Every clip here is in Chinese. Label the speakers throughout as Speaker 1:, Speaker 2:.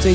Speaker 1: 最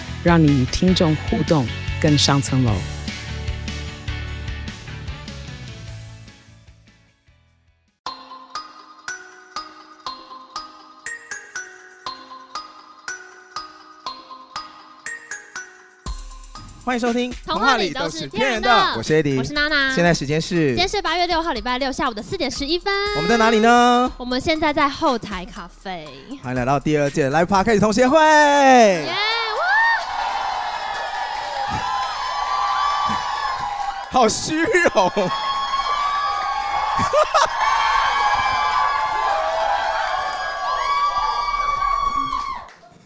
Speaker 1: 让你与听众互动更上层楼。
Speaker 2: 欢迎收听《
Speaker 3: 童话里都是骗人的
Speaker 2: 我是 Eddie，
Speaker 3: 我是娜娜。
Speaker 2: 现在时间是
Speaker 3: 今天是八月六号，礼拜六下午的四点十一分。
Speaker 2: 我们在哪里呢？
Speaker 3: 我们现在在后台咖啡。
Speaker 2: 欢迎来到第二届 Live Park 同学会。
Speaker 3: 耶！哇，
Speaker 2: 好虚哦荣。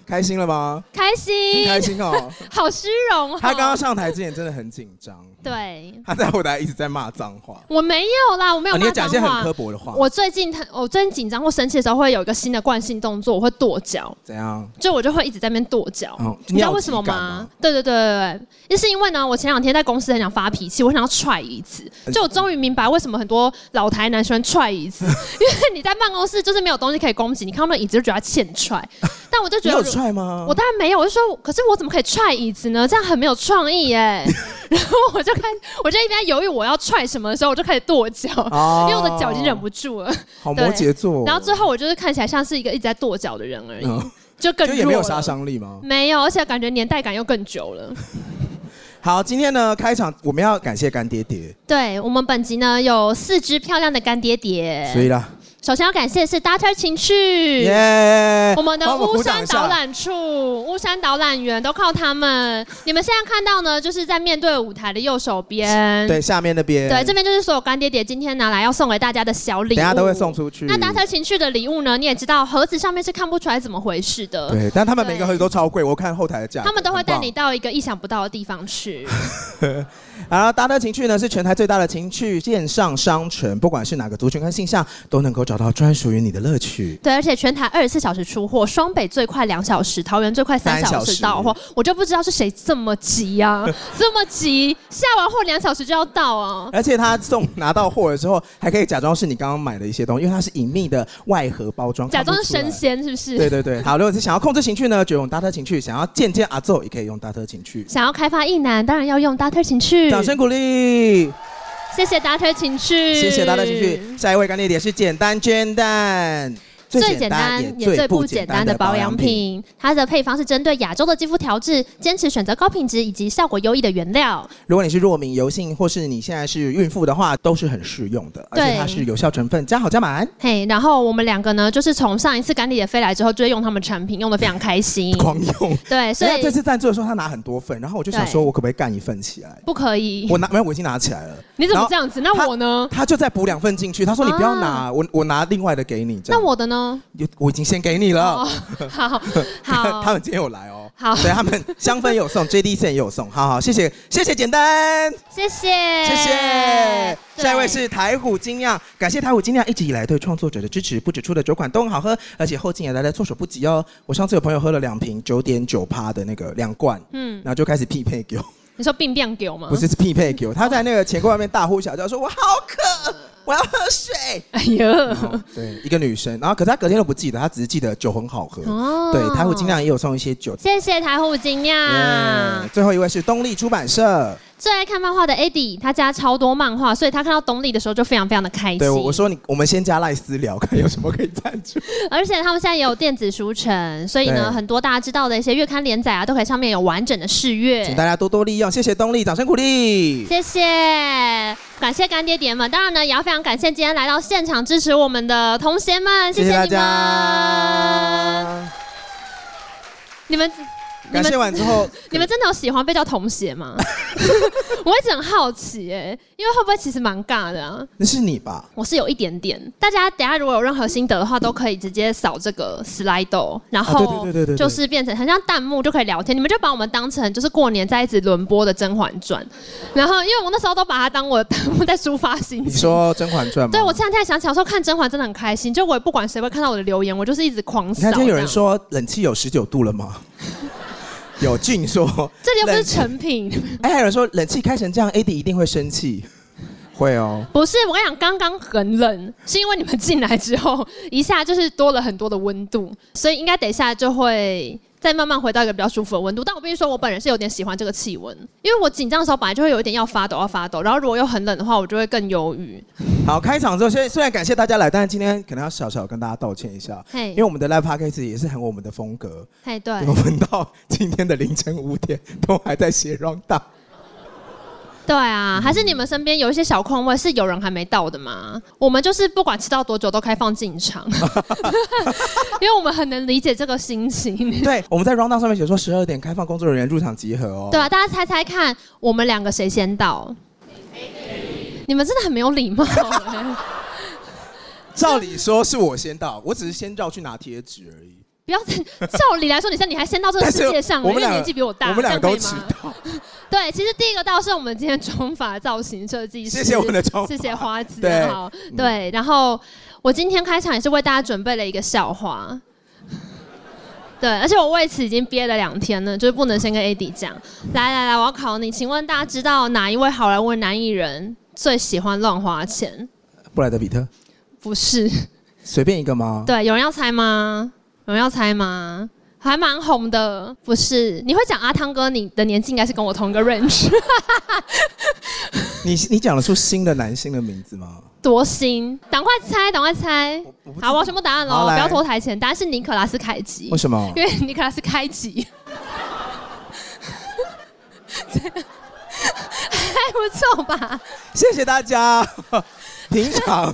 Speaker 2: 开心了吗？
Speaker 3: 开
Speaker 2: 很
Speaker 3: 心，
Speaker 2: 开心 哦。
Speaker 3: 好虚荣哦。
Speaker 2: 他刚刚上台之前真的很紧张，
Speaker 3: 对，
Speaker 2: 他在后台一直在骂脏话。
Speaker 3: 我没有啦，我没有
Speaker 2: 哦你
Speaker 3: 骂
Speaker 2: 也讲
Speaker 3: 脏
Speaker 2: 一些
Speaker 3: 话。
Speaker 2: 很刻薄的话。
Speaker 3: 我最近很，我最近紧张或生气的时候，会有一个新的惯性动作，我会跺脚，
Speaker 2: 怎样？
Speaker 3: 就我就会一直在那边跺脚。
Speaker 2: 哦
Speaker 3: 你知道为什么
Speaker 2: 尿急感吗
Speaker 3: 吗？对对对对对，那是因为呢，我前两天在公司很想发脾气，我想要踹椅子，
Speaker 2: 呃
Speaker 3: 就我终于明白为什么很多老台男喜欢踹 椅子，因为你在办公室就是没有东西可以攻击，你看到那椅子就觉得它欠 踹，但我就
Speaker 2: 你
Speaker 3: 觉
Speaker 2: 有
Speaker 3: 得我。
Speaker 2: 踹吗？
Speaker 3: 我当然没有，我就说，可是我怎么可以踹椅子呢？这样很没有创 意耶。然后我就开，我就一边犹豫我要踹什么的时候，我就开始跺脚，
Speaker 2: 哦
Speaker 3: 因为我的脚已经忍不住了。
Speaker 2: 好摩羯座哦。
Speaker 3: 然后最后我就是看起来像是一个一直在跺脚的人而已，
Speaker 2: 嗯
Speaker 3: 就 更
Speaker 2: 就
Speaker 3: 弱
Speaker 2: 也没有
Speaker 3: 了
Speaker 2: 杀，伤力吗？
Speaker 3: 没有，而且感觉年代感又更久了。
Speaker 2: 好，今天呢，开场我们要感谢干爹爹，
Speaker 3: 对我们本集呢有四只漂亮的干爹
Speaker 2: 所
Speaker 3: 爹，
Speaker 2: 以啦，
Speaker 3: 首先要感谢的是搭车情趣。
Speaker 2: 耶！
Speaker 3: 我们的
Speaker 2: 帮
Speaker 3: 巫
Speaker 2: 鼓掌
Speaker 3: 山
Speaker 2: 一
Speaker 3: 导
Speaker 2: 下。
Speaker 3: 览处、巫山导览员都靠他们。你们现在看到呢，就是在面对舞台的右手边，
Speaker 2: 对，下面那边，
Speaker 3: 对，这边就是所有干爹爹今天拿来要送给大家的小礼物，
Speaker 2: 等一下都会送。嗯出去。
Speaker 3: 那达车情趣的礼物呢，你也知道，盒子上面是看不出来怎么回事的。
Speaker 2: 对，但他们每个
Speaker 3: 对
Speaker 2: 盒子都超贵，我看后台的价格，
Speaker 3: 他们都会
Speaker 2: 很棒
Speaker 3: 带你。到一个意想不到的地方去。
Speaker 2: 然后达特情趣呢是全台最大的情趣线上商城，不管是哪个族群跟性向，都能够找到专属于你的乐趣。
Speaker 3: 对，而且全台二十四小时出货，双北最快两小时，桃园最快三小时到货。我就不知道是谁这么急 啊，这么急，下完货两小时就要到啊。
Speaker 2: 而且他送拿到货的时候，还可以假装是你刚刚买的一些东西，因为它是隐秘的外盒包装，
Speaker 3: 假装
Speaker 2: 看
Speaker 3: 是
Speaker 2: 不出来
Speaker 3: 生鲜是不是？
Speaker 2: 对对对，好，如果是想要控制情趣呢，就用达特情趣；想要见见阿奏，也可以用达特情趣。
Speaker 3: 想要开发意男，当然要用 Doctor 情趣。
Speaker 2: 掌声鼓励，
Speaker 3: 谢谢 Doctor 情趣，
Speaker 2: 谢谢达特情趣。下一位干爹也是简单煎蛋，
Speaker 3: 最简单也最不简单的保养。品，它的配方是针对亚洲的肌肤调制，坚持选择高品质以及效果优异的原料。
Speaker 2: 如果你是弱敏、油性，或是你现在是孕妇的话，都是很适用的，而
Speaker 3: 对
Speaker 2: 且它是有效成分，加好加满，
Speaker 3: 嘿，然后我们两个呢，就是从上一次干爹也飞来之后，就会用他们产品，用的非常开心。
Speaker 2: 狂用。
Speaker 3: 对，嗯
Speaker 2: 所
Speaker 3: 所
Speaker 2: 以他
Speaker 3: 以
Speaker 2: 这次赞助的时候，他拿很多份，然后我就想
Speaker 3: 对
Speaker 2: 说，我可不可以干一份起来？
Speaker 3: 不可以。
Speaker 2: 我拿没有，我已经拿起来了。
Speaker 3: 你怎
Speaker 2: 然
Speaker 3: 么
Speaker 2: 后
Speaker 3: 这样子？那
Speaker 2: 他
Speaker 3: 我呢？
Speaker 2: 他就再补两份进去，他说你不要拿，
Speaker 3: 哦啊
Speaker 2: 我我拿另外的给你。这
Speaker 3: 那
Speaker 2: 样
Speaker 3: 我 的呢？
Speaker 2: 有我已经先给你了。
Speaker 3: 哦，好
Speaker 2: 他
Speaker 3: 好
Speaker 2: 们今天有来哦。
Speaker 3: 好，
Speaker 2: 对他们香氛有 送，JD 线也有送，好好，谢谢谢谢简单，
Speaker 3: 谢谢
Speaker 2: 谢谢。
Speaker 3: 哎对
Speaker 2: 下一位是台虎精酿，感谢台虎精酿一直以来对创作者的支持，不止出的酒款都很好喝，而且后劲也来的措手不及哦。我上次有朋友喝了两瓶九点九趴的那个两罐，
Speaker 3: 嗯，
Speaker 2: 然后就开始匹配给我，
Speaker 3: 你说病变给我吗？
Speaker 2: 不是是匹配给我，他在那个钱柜外面大呼小叫说：“我好
Speaker 3: 嗯
Speaker 2: 渴，我要喝水。
Speaker 3: 哎呀
Speaker 2: 然，后”对，一个女生，然后可是她隔天都不记得，她只是记得酒很好喝。
Speaker 3: 哦
Speaker 2: 对，台虎精酿也有送一些酒。
Speaker 3: 谢谢台虎精酿。
Speaker 2: 耶最后一位是东立出版社。
Speaker 3: 最爱看漫画的 Eddie，他家超多漫画，所以他看到东立的时候就非常非常的开心。
Speaker 2: 对，我我说你，我们先加赖私聊，看有什么可以赞助。
Speaker 3: 而且他们现在也有电子书城，所以呢，
Speaker 2: 对
Speaker 3: 很多大家知道的一些月刊连载啊，都可以上面有完整的试阅
Speaker 2: 请。大家多多利用，谢谢东立，掌声鼓励。
Speaker 3: 谢谢，感谢干爹爹们，当然呢，也要非常感谢今天来到现场支持我们的同学们，谢
Speaker 2: 谢
Speaker 3: 谢
Speaker 2: 大家。
Speaker 3: 你们，你们
Speaker 2: 感谢完之后，
Speaker 3: 你们真的有喜欢被叫童鞋 吗？我一直很好奇哎、因为会不会其实蛮尬的啊？
Speaker 2: 那是你吧？
Speaker 3: 我是有一点点，大家等一下如果有任何心得的话，都可以直接扫这个 slide，然
Speaker 2: 啊
Speaker 3: 哦后
Speaker 2: 对对对对对对
Speaker 3: 就是变成很像弹幕就可以聊天，你们就把我们当成就是过年在一直轮播的《甄嬛传》，然后因为我那时候都把它当我的弹幕在抒发心
Speaker 2: 你
Speaker 3: 情。
Speaker 2: 说《甄嬛传》吗？
Speaker 3: 对，我前两天还想起来，我说看甄嬛真的很开心，就我也不管谁会看到我的留言，我就是一直狂
Speaker 2: 你
Speaker 3: 扫
Speaker 2: 看
Speaker 3: 这样。
Speaker 2: 今天有人说冷气有十九度了 吗？有静说，
Speaker 3: 这里又不是
Speaker 2: 冷气
Speaker 3: 成品，
Speaker 2: 哎，还有人说冷气开成这样，AD 一定会生气，会哦。
Speaker 3: 不是，我跟你讲，刚刚很冷，是因为你们进来之后，一下就是多了很多的温度，所以应该等一下就会再慢慢回到一个比较舒服的温度。但我必须说，我本人是有点喜欢这个气温，因为我紧张的时候本来就会有一点要发抖要发抖，然后如果又很冷的话，我就会更忧郁。
Speaker 2: 好，开场之后，虽虽然感谢大家来，但是今天可能要小小跟大家道歉一下，
Speaker 3: 嘿
Speaker 2: 因为我们的 live podcast 也是很我们的风格，
Speaker 3: 嘿，对，
Speaker 2: 我们到今天的凌晨五点都还在写 round down。
Speaker 3: 对
Speaker 2: 嗯
Speaker 3: 啊，还是你们身边有一些小空位是有人还没到的吗？我们就是不管迟到多久都开放进场， 因为我们很能理解这个心情。
Speaker 2: 对，我们在 round down 上面写说十二点开放工作人员入场集合哦。
Speaker 3: 对啊，大家猜猜看，我们两个谁先到？你们真的很没有礼 貌、欸，
Speaker 2: 照理说是我先到，我只是先绕去拿贴纸而已。
Speaker 3: 不要再。照理来说，你现在你还先到这个
Speaker 2: 但是
Speaker 3: 世界上、欸，
Speaker 2: 我们
Speaker 3: 因为
Speaker 2: 两
Speaker 3: 年
Speaker 2: 个
Speaker 3: 纪比我大，
Speaker 2: 我们两个
Speaker 3: 这样
Speaker 2: 都
Speaker 3: 可以
Speaker 2: 迟
Speaker 3: 吗
Speaker 2: 到。
Speaker 3: 对，其实第一个到是我们今天中法造型设计师，
Speaker 2: 谢谢我们的中法
Speaker 3: 谢谢花子，
Speaker 2: 对
Speaker 3: 好，对。然后我今天开场也是为大家准备了一个笑话，对，而且我为此已经憋了两天了，就是不能先跟 AD 讲。来来来，我要考你，请问大家知道哪一位好莱坞的男艺人最喜欢乱花钱？
Speaker 2: 布莱德比特，
Speaker 3: 不是，
Speaker 2: 随便一个吗？
Speaker 3: 对，有人要猜吗？有人要猜吗？还蛮红的，不是？你会讲阿汤哥，你的年纪应该是跟我同一个 range。
Speaker 2: 你你讲得出新的男星的名字吗？
Speaker 3: 多心，赶快猜，赶快猜
Speaker 2: 我我不！知道
Speaker 3: 好，我要宣布答案喽，
Speaker 2: 好来
Speaker 3: 不要拖台前，答案是尼可拉斯凯奇
Speaker 2: 为。什么？
Speaker 3: 因为尼可拉斯凯 奇，还不错吧？
Speaker 2: 谢谢大 家。平常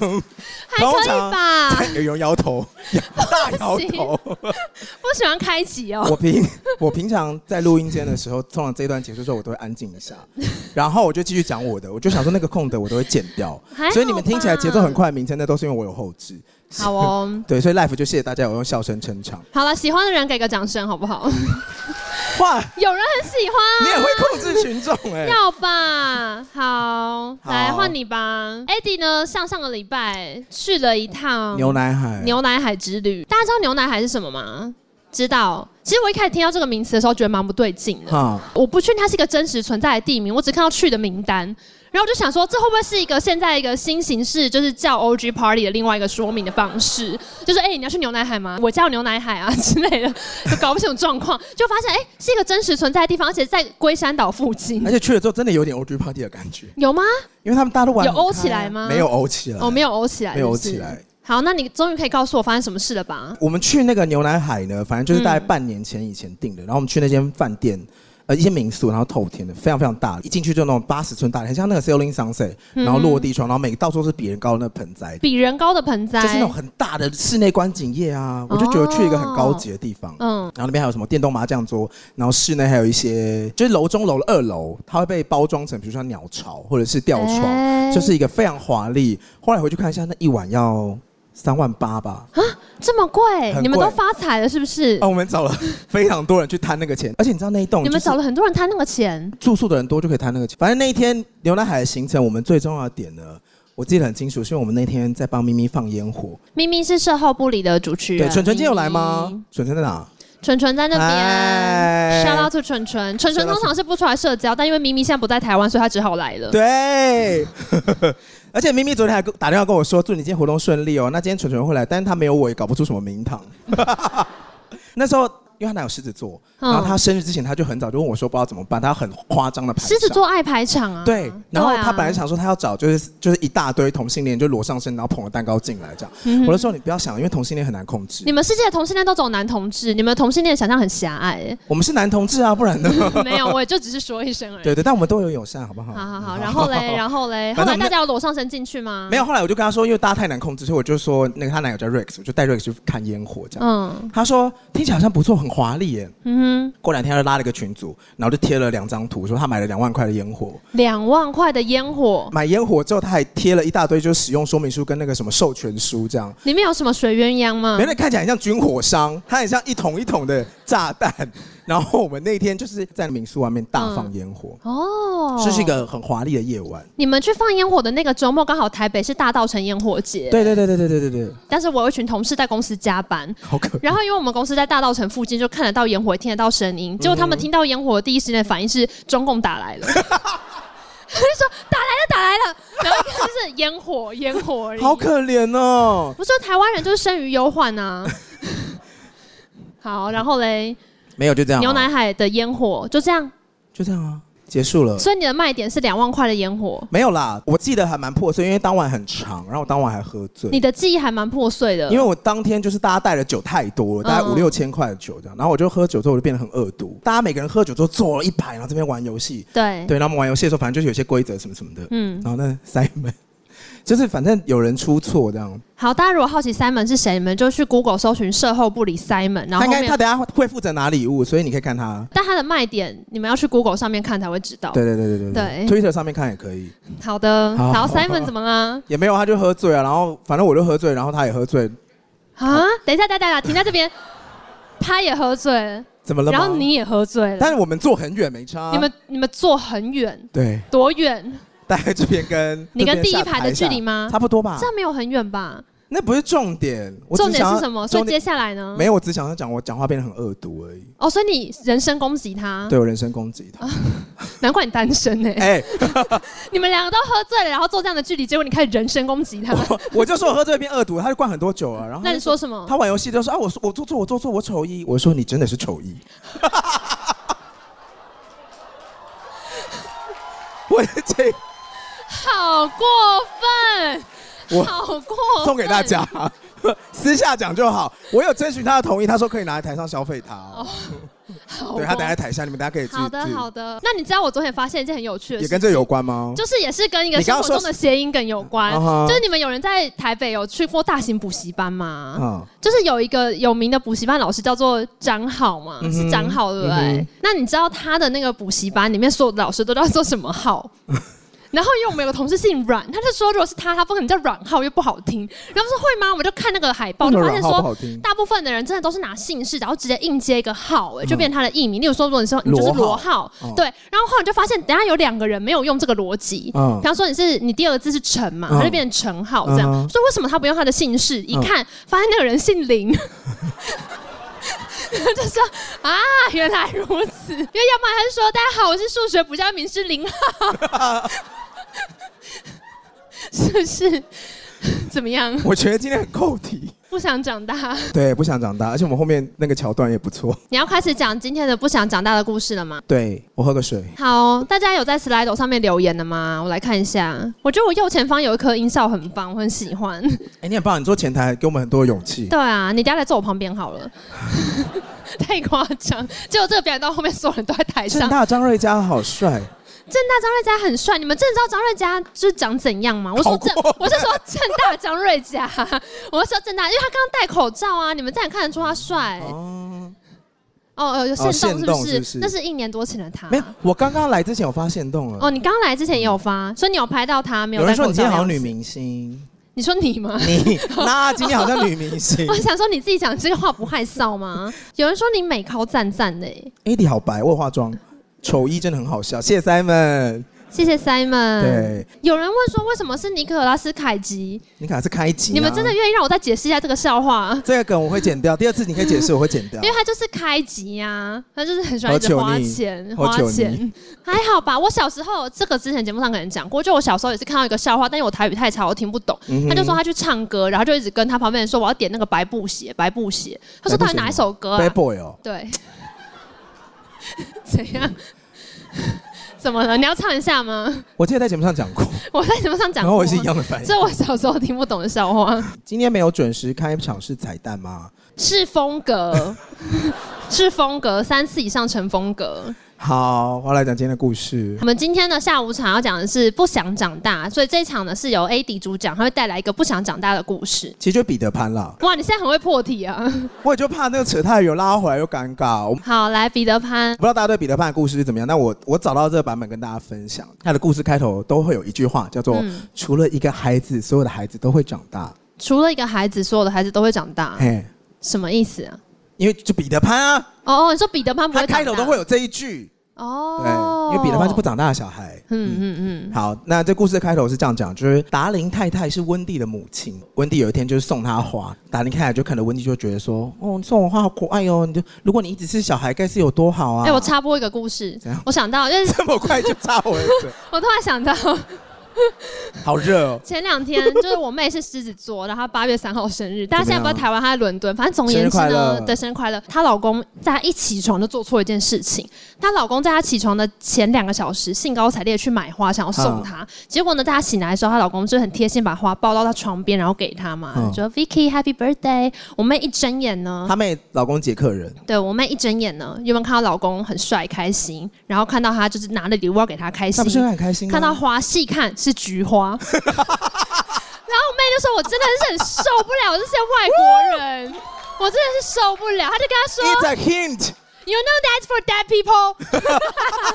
Speaker 3: 还可以吧？
Speaker 2: 有人摇头，摇大摇头。
Speaker 3: 啊不喜欢开启哦。
Speaker 2: 我平我平常在录音间的时候，通常这一段结束之后，我都会安静一下，然后我就继续讲我的。我就想说那个空的我都会剪掉
Speaker 3: 还好，吧
Speaker 2: 所以你们听起来节奏很快的名称，那都是因为我有后置。
Speaker 3: 好哦，
Speaker 2: 对，所以 life 就谢谢大家，我用笑声撑场。
Speaker 3: 好了，喜欢的人给个掌声好不 好？
Speaker 2: 哇，
Speaker 3: 有人很喜欢，
Speaker 2: 你也会控制群众哎、
Speaker 3: 要吧？好，
Speaker 2: 好
Speaker 3: 来换你吧。Eddie 呢？上上个礼拜去了一趟
Speaker 2: 牛奶海，
Speaker 3: 牛奶海之旅。大家知道牛奶海是什么吗？知道。其实我一开始听到这个名词的时候，觉得蛮不对劲的。
Speaker 2: 哈，
Speaker 3: 我不确定它是一个真实存在的地名，我只看到去的名单，然后我就想说，这会不会是一个现在一个新形式，就是叫 OG Party 的另外一个说明的方式？就是哎、你要去牛奶海吗？我叫牛奶海啊 之类的，就搞不清楚状况，就发现哎、是一个真实存在的地方，而且在龟山岛附近
Speaker 2: 而。且去了之后真的有点 OG party 的感觉，
Speaker 3: 有吗？
Speaker 2: 因为他们大陆玩
Speaker 3: 有
Speaker 2: 很开啊
Speaker 3: 欧起来吗
Speaker 2: 没有欧起来，
Speaker 3: 哦，没有欧起来，
Speaker 2: 没有
Speaker 3: 是
Speaker 2: 欧
Speaker 3: 不是
Speaker 2: 起来。
Speaker 3: 好，那你终于可以告诉我发生什么事了吧？
Speaker 2: 我们去那个牛奶海呢，反正就是大概半年前以前订的，然后我们去那间饭店。呃，一些民宿，然后透天的，非常非常大，一进去就那种八十寸大的，很像那个 Sailing Sunset，然后
Speaker 3: 嗯
Speaker 2: 落地窗，然后每个到处都是比人高的那盆栽，
Speaker 3: 比人高的盆栽，
Speaker 2: 就是那种很大的室内观景夜啊，我就觉得去一个很高级的地方。
Speaker 3: 嗯，
Speaker 2: 然后那边还有什么电动麻将桌，然后室内还有一些，就是楼中楼的二楼，它会被包装成，比如说鸟巢或者是吊床，
Speaker 3: 哎
Speaker 2: 就是一个非常华丽。后来回去看一下，那一晚要三万八吧。
Speaker 3: 这么贵，
Speaker 2: 很
Speaker 3: 你们
Speaker 2: 贵
Speaker 3: 都发财了是不是？
Speaker 2: 啊，我们找了非常多人去摊那个钱，而且你知道那一栋
Speaker 3: 你们
Speaker 2: 就是
Speaker 3: 找了很多人贪那个钱，
Speaker 2: 住宿的人多就可以摊那个钱。反正那一天牛奶海的行程，我们最重要的点呢，我记得很清楚，是因为我们那天在帮咪咪放烟火。
Speaker 3: 明明是售后部里的主持人。
Speaker 2: 对，蠢蠢今天有来
Speaker 3: 啊咪咪
Speaker 2: 吗？？蠢蠢在哪？
Speaker 3: 蠢蠢在那边
Speaker 2: 哎
Speaker 3: ，shout out to 蠢蠢。蠢蠢
Speaker 2: Shout out
Speaker 3: 通常是不出来社交，但因为明明现在不在台湾，所以他只好来了。
Speaker 2: 对，啊 而且咪咪昨天还跟打电话跟我说，祝你今天活动顺利哦。那今天蠢蠢会来，但是他没有我也搞不出什么名堂。 那时候因为他哪有狮子座，
Speaker 3: 嗯
Speaker 2: 然后他生日之前他就很早就问我说不知道怎么办，他很夸张的排
Speaker 3: 狮子
Speaker 2: 场。
Speaker 3: 座爱排场啊。
Speaker 2: 对，然后
Speaker 3: 对啊
Speaker 2: 他本来想说他要找就是就是一大堆同性恋，就裸上身，然后捧着蛋糕进来这样。我就说你不要想，因为同性恋很难控制
Speaker 3: 嗯你。们世界的同性恋都走男同志，你们的同性恋想象很狭隘。
Speaker 2: 我们是男同志啊，不然呢？
Speaker 3: 没有，我也就只是说一声而已。
Speaker 2: 对对，但我们都有友善，好不好？
Speaker 3: 嗯好好好，然 后嘞，然后嘞，后
Speaker 2: 反正
Speaker 3: 来
Speaker 2: 我们
Speaker 3: 大家有裸上身进去吗？
Speaker 2: 没有，。后来我就跟他说，因为大家太难控制，所以我就说那个他男友叫 Rex，我就带 Rex 去看烟火这样。
Speaker 3: 嗯，
Speaker 2: 他说听起来好像不错，很华丽耶。
Speaker 3: 嗯哼，
Speaker 2: 过两天他就拉了一个群组，然后就贴了两张图，说他买了两万块的烟火。
Speaker 3: 两万块的烟火，
Speaker 2: 买烟火之后，他还贴了一大堆，就是使用说明书跟那个什么授权书这样。
Speaker 3: 里面有什么水鸳鸯吗
Speaker 2: 没？人看起来很像军火商，它很像一桶一桶的炸弹。然后我们那天就是在民宿外面大放烟火，
Speaker 3: 哦，
Speaker 2: 这、是一。个很华丽的夜晚。
Speaker 3: 你们去放烟火的那个周末，刚好台北是大稻城烟火节，
Speaker 2: 对对对对对对对对，
Speaker 3: 但是我有一群同事在公司加班，
Speaker 2: 好可
Speaker 3: 然后因为我们公司在大稻城附近，就看得到烟火，也听得到声
Speaker 2: 嗯
Speaker 3: 音。结果他们听到烟火的第一时间的反应是中共打 来了，他就说打来了，打来了，然后一看就是烟火，烟火而已。
Speaker 2: 好可怜哦。
Speaker 3: 我说台湾人就是生于忧患啊。好，然后嘞，
Speaker 2: 没有就这样、哦
Speaker 3: 牛奶，海的烟火就这样，
Speaker 2: 就这样啊，结束了。
Speaker 3: 所以你的卖点是两万块的烟火，
Speaker 2: 没有啦，我记得还蛮破碎，因为当晚很长，然后我当晚还喝醉
Speaker 3: 你。的记忆还蛮破碎的。
Speaker 2: 因为我当天就是大家带的酒太多了，大概
Speaker 3: 嗯
Speaker 2: 五六千块的酒这样，然后我就喝酒之后我就变得很恶毒。大家每个人喝酒之后坐了一排，然后这边玩游戏，
Speaker 3: 对，
Speaker 2: 对，然后我们玩游戏的时候，反正就是有些规则什么什么的，
Speaker 3: 嗯，
Speaker 2: 然后那塞门，就是反正有人出错这样。
Speaker 3: 好，大家如果好奇 Simon 是谁，你们就去 Google 搜寻售后部里 Simon，然
Speaker 2: 他
Speaker 3: 后
Speaker 2: 应
Speaker 3: 后
Speaker 2: 该他
Speaker 3: 面。
Speaker 2: 等下会负责拿礼物，所以你可以看他。
Speaker 3: 但它的卖点，你们要去 Google 上面看才会知道。
Speaker 2: 对对对对对
Speaker 3: 对
Speaker 2: ，Twitter 上面看也可以，
Speaker 3: 好的，
Speaker 2: 好
Speaker 3: 然后 Simon 怎么了？
Speaker 2: 也没有他就喝醉啊，然后反正我就喝醉，然后他也喝醉，
Speaker 3: 啊，等一下，大家停在这边，他也喝醉了，
Speaker 2: 怎么了吗？
Speaker 3: 然后，你也喝醉了，
Speaker 2: 但是我们坐很远没差。
Speaker 3: 你们你们坐很远，
Speaker 2: 对，
Speaker 3: 多远？
Speaker 2: 大概这边跟
Speaker 3: 你跟
Speaker 2: 这边
Speaker 3: 第一
Speaker 2: 下
Speaker 3: 排的距
Speaker 2: 下
Speaker 3: 离吗
Speaker 2: 差不多吧
Speaker 3: 这，样没有很远吧？
Speaker 2: 那不是重点，啊我只
Speaker 3: 重点
Speaker 2: 想
Speaker 3: 是
Speaker 2: 要
Speaker 3: 什么？所以
Speaker 2: 重
Speaker 3: 接
Speaker 2: 点
Speaker 3: 下来呢？
Speaker 2: 没有，我只想要讲我讲话变得很恶毒而已，
Speaker 3: 哦，所以你人身攻击他，
Speaker 2: 对我人身攻击他。
Speaker 3: 啊难怪你单 身呢。
Speaker 2: 哎，
Speaker 3: 你们两个都喝醉了，然后坐这样的距离，结果你开始人身攻击 他，
Speaker 2: 我我就说我喝醉变恶毒，他就灌很多酒啊，然后
Speaker 3: 那
Speaker 2: 他
Speaker 3: 你
Speaker 2: 就
Speaker 3: 说什么？
Speaker 2: 他玩游戏就说啊，我说我做错，我做错，我丑一。我说你真的是丑一。 我这
Speaker 3: 好过分！
Speaker 2: 我
Speaker 3: 好过分，
Speaker 2: 送给大家，私下讲就好。我有征询他的同意，他说可以拿来台上消费他哦。
Speaker 3: 好
Speaker 2: 对他等下在台下，你们大家可以自己
Speaker 3: 好的
Speaker 2: 自己
Speaker 3: 好的，那你知道我昨天发现一件很有趣的
Speaker 2: 也
Speaker 3: 事，
Speaker 2: 跟这有关吗？
Speaker 3: 就是也是跟一个
Speaker 2: 你
Speaker 3: 生
Speaker 2: 刚刚
Speaker 3: 活中的谐音梗有关
Speaker 2: 说是啊哈。
Speaker 3: 就是你们有人在台北有去过大型补习班吗？
Speaker 2: 嗯，
Speaker 3: 就是有一个有名的补习班老师叫做张好嘛，
Speaker 2: 嗯哼
Speaker 3: 是张好对不对？
Speaker 2: 嗯哼
Speaker 3: 那你知道他的那个补习班里面所有的老师都叫做什 么好？然后因为我们有个同事姓阮，他就说如果是他，他不可能叫阮浩，又不好听。然后我说会吗？我就看那个海报，
Speaker 2: 为什
Speaker 3: 就
Speaker 2: 么
Speaker 3: 发现
Speaker 2: 阮浩不好
Speaker 3: 说
Speaker 2: 听
Speaker 3: 大部分的人真的都是拿姓氏，然后直接硬接一个浩、哎，就变成他的艺名。例如说，如果你说你就是罗
Speaker 2: 嗯罗
Speaker 3: 浩，
Speaker 2: 哦
Speaker 3: 对。然后后来我就发现，等一下有两个人没有用这个逻辑，
Speaker 2: 嗯
Speaker 3: 比方说你是你第二个字是陈嘛，
Speaker 2: 嗯
Speaker 3: 他就变成陈浩这样。
Speaker 2: 嗯哼嗯
Speaker 3: 所以为什么他不用他的姓氏？一看发现那个人姓林。 就说啊，原来如此。因为要么他就说：“大家好，我是数学补教名师林浩。” 是不是？怎么样？
Speaker 2: 我觉得今天很扣题。
Speaker 3: 不想长大？
Speaker 2: 对，不想长大，而且我们后面那个桥段也不错。
Speaker 3: 你要开始讲今天的不想长大的故事了吗？
Speaker 2: 对我喝个水。
Speaker 3: 好，大家有在 Slido 上面留言的吗？我来看一下。我觉得我右前方有一颗音效很棒，我很喜欢。
Speaker 2: 哎、你很棒，你做前台给我们很多勇气。
Speaker 3: 对啊，你等下来坐我旁边好了。 太夸张！结果这个表演到后面，所有人都在台上
Speaker 2: 正。大张瑞佳好帅，
Speaker 3: 正大张瑞佳很帅，你们真的知道张瑞佳就是长怎样吗？我说
Speaker 2: 好
Speaker 3: 正，
Speaker 2: 过
Speaker 3: 我是说正大张瑞佳， 我是说正大，因为他刚刚戴口罩啊，你们这样看得出他帅。
Speaker 2: 哦，
Speaker 3: 哦，呃有限动是
Speaker 2: 限
Speaker 3: 不
Speaker 2: 动
Speaker 3: 是？
Speaker 2: 是不是
Speaker 3: 那是一年多前的他
Speaker 2: 没。有，我刚刚来之前有发现动了。
Speaker 3: 啊哦，你刚来之前也有发，所以你有拍到他没有
Speaker 2: 有人
Speaker 3: 戴
Speaker 2: 说
Speaker 3: 口
Speaker 2: 你今
Speaker 3: 罩
Speaker 2: 天
Speaker 3: 的
Speaker 2: 好
Speaker 3: 样
Speaker 2: 像
Speaker 3: 子？
Speaker 2: 女明星，
Speaker 3: 你说你吗？
Speaker 2: 你那今天好像女明星
Speaker 3: 我。想说你自己讲这个话不害臊吗？有人说你美考赞赞的欸耶，
Speaker 2: 哎，你好白，我有化妆，丑一真的很好笑，谢谢 Simon。
Speaker 3: 谢谢 Simon。
Speaker 2: 对，
Speaker 3: 有人问说为什么是尼可拉斯凯奇？
Speaker 2: 你可能是开机啊，
Speaker 3: 你们真的愿意让我再解释一下这个 笑话？
Speaker 2: 这个梗我会剪掉，第二次你可以解释，我会剪 掉
Speaker 3: 因。为他就是开集呀、他就是很喜欢一直
Speaker 2: 好久
Speaker 3: 花
Speaker 2: 你
Speaker 3: 钱
Speaker 2: 好
Speaker 3: 花
Speaker 2: 久
Speaker 3: 钱
Speaker 2: 你，
Speaker 3: 还好吧？我小时候这个之前节目上可能讲过，就我小时候也是看到一个笑话，但是我台语太差，我听不懂。
Speaker 2: 嗯哼
Speaker 3: 他就说他去唱歌，然后就一直跟他旁边人说我要点那个白布鞋，白布鞋。他说到底哪一首歌、
Speaker 2: Bad
Speaker 3: 啊？
Speaker 2: Boy 哦，
Speaker 3: 对， 怎样？ 怎么了？你要唱一下吗？
Speaker 2: 我记得在节目上讲过，
Speaker 3: 我在节目上讲
Speaker 2: 然
Speaker 3: 过，
Speaker 2: 后我也是一样的反应
Speaker 3: 这。我小时候听不懂的笑话，
Speaker 2: 今天没有准时开场是彩蛋吗？
Speaker 3: 是风格，是风格，三次以上成风格。
Speaker 2: 好，我要来讲今天的故事
Speaker 3: 我。们今天呢下午场要讲的是不想长大，所以这一场呢是由 AD 主讲，他会带来一个不想长大的故事。
Speaker 2: 其实就彼得潘啦，
Speaker 3: 哇，你现在很会破题啊！
Speaker 2: 我也就怕那个扯太远拉回来又尴尬。我
Speaker 3: 好，来彼得潘
Speaker 2: 我，不知道大家对彼得潘的故事是怎么样，但我我找到这个版本跟大家分享。他的故事开头都会有一句话，叫做“
Speaker 3: 嗯
Speaker 2: 除了一个孩子，所有的孩子都会长大”
Speaker 3: 除了一个孩子，所有的孩子都会长大，
Speaker 2: 嘿，
Speaker 3: 什么意思啊？
Speaker 2: 因为就彼得潘啊，
Speaker 3: 哦哦，你说彼得潘不会
Speaker 2: 他
Speaker 3: 长大
Speaker 2: 开头都会有这一句。对，
Speaker 3: 哦，
Speaker 2: 因为彼得潘是不长大的小孩。
Speaker 3: 嗯嗯嗯，
Speaker 2: 好，那这故事的开头是这样讲，就是达林太太是温蒂的母亲，温蒂有一天就是送她花，达林太太就看着温蒂就觉得说，哦，你送我花好可爱哦，你就如果你一直是小孩，该是有多好啊。
Speaker 3: 哎、我插播一个故事
Speaker 2: 怎样，
Speaker 3: 我想到，就是
Speaker 2: 这么快就插我一嘴，
Speaker 3: 我突然想到，
Speaker 2: 好热 哦。
Speaker 3: 前两天就是我妹是狮子座，然后她八月三号生日，大家现在不在台湾，她在伦敦，反正总而言之
Speaker 2: 生日快
Speaker 3: 呢
Speaker 2: 乐，
Speaker 3: 对，生日快乐。她老公在她一起床就做错一件事情，她老公在她起床的前两个小时兴高采烈地去买花，想要送她，结果呢，在她醒来的时候，她老公就很贴心把花抱到她床边，然后给她嘛，
Speaker 2: 嗯
Speaker 3: 就说 Vicky Happy Birthday。我妹一睁眼呢，
Speaker 2: 他妹老公捷克人，
Speaker 3: 对我妹一睁眼呢，原本看到老公很帅开心，然后看到他就是拿了礼物要给他开
Speaker 2: 那
Speaker 3: 心
Speaker 2: 不，是很开心吗？
Speaker 3: 看到花细看是菊花， 然后我妹就说：“我真的是很受不了这些外国人，我真的是受不了。”她就跟他说
Speaker 2: It's a hint，
Speaker 3: ：“You know that's for dead people。”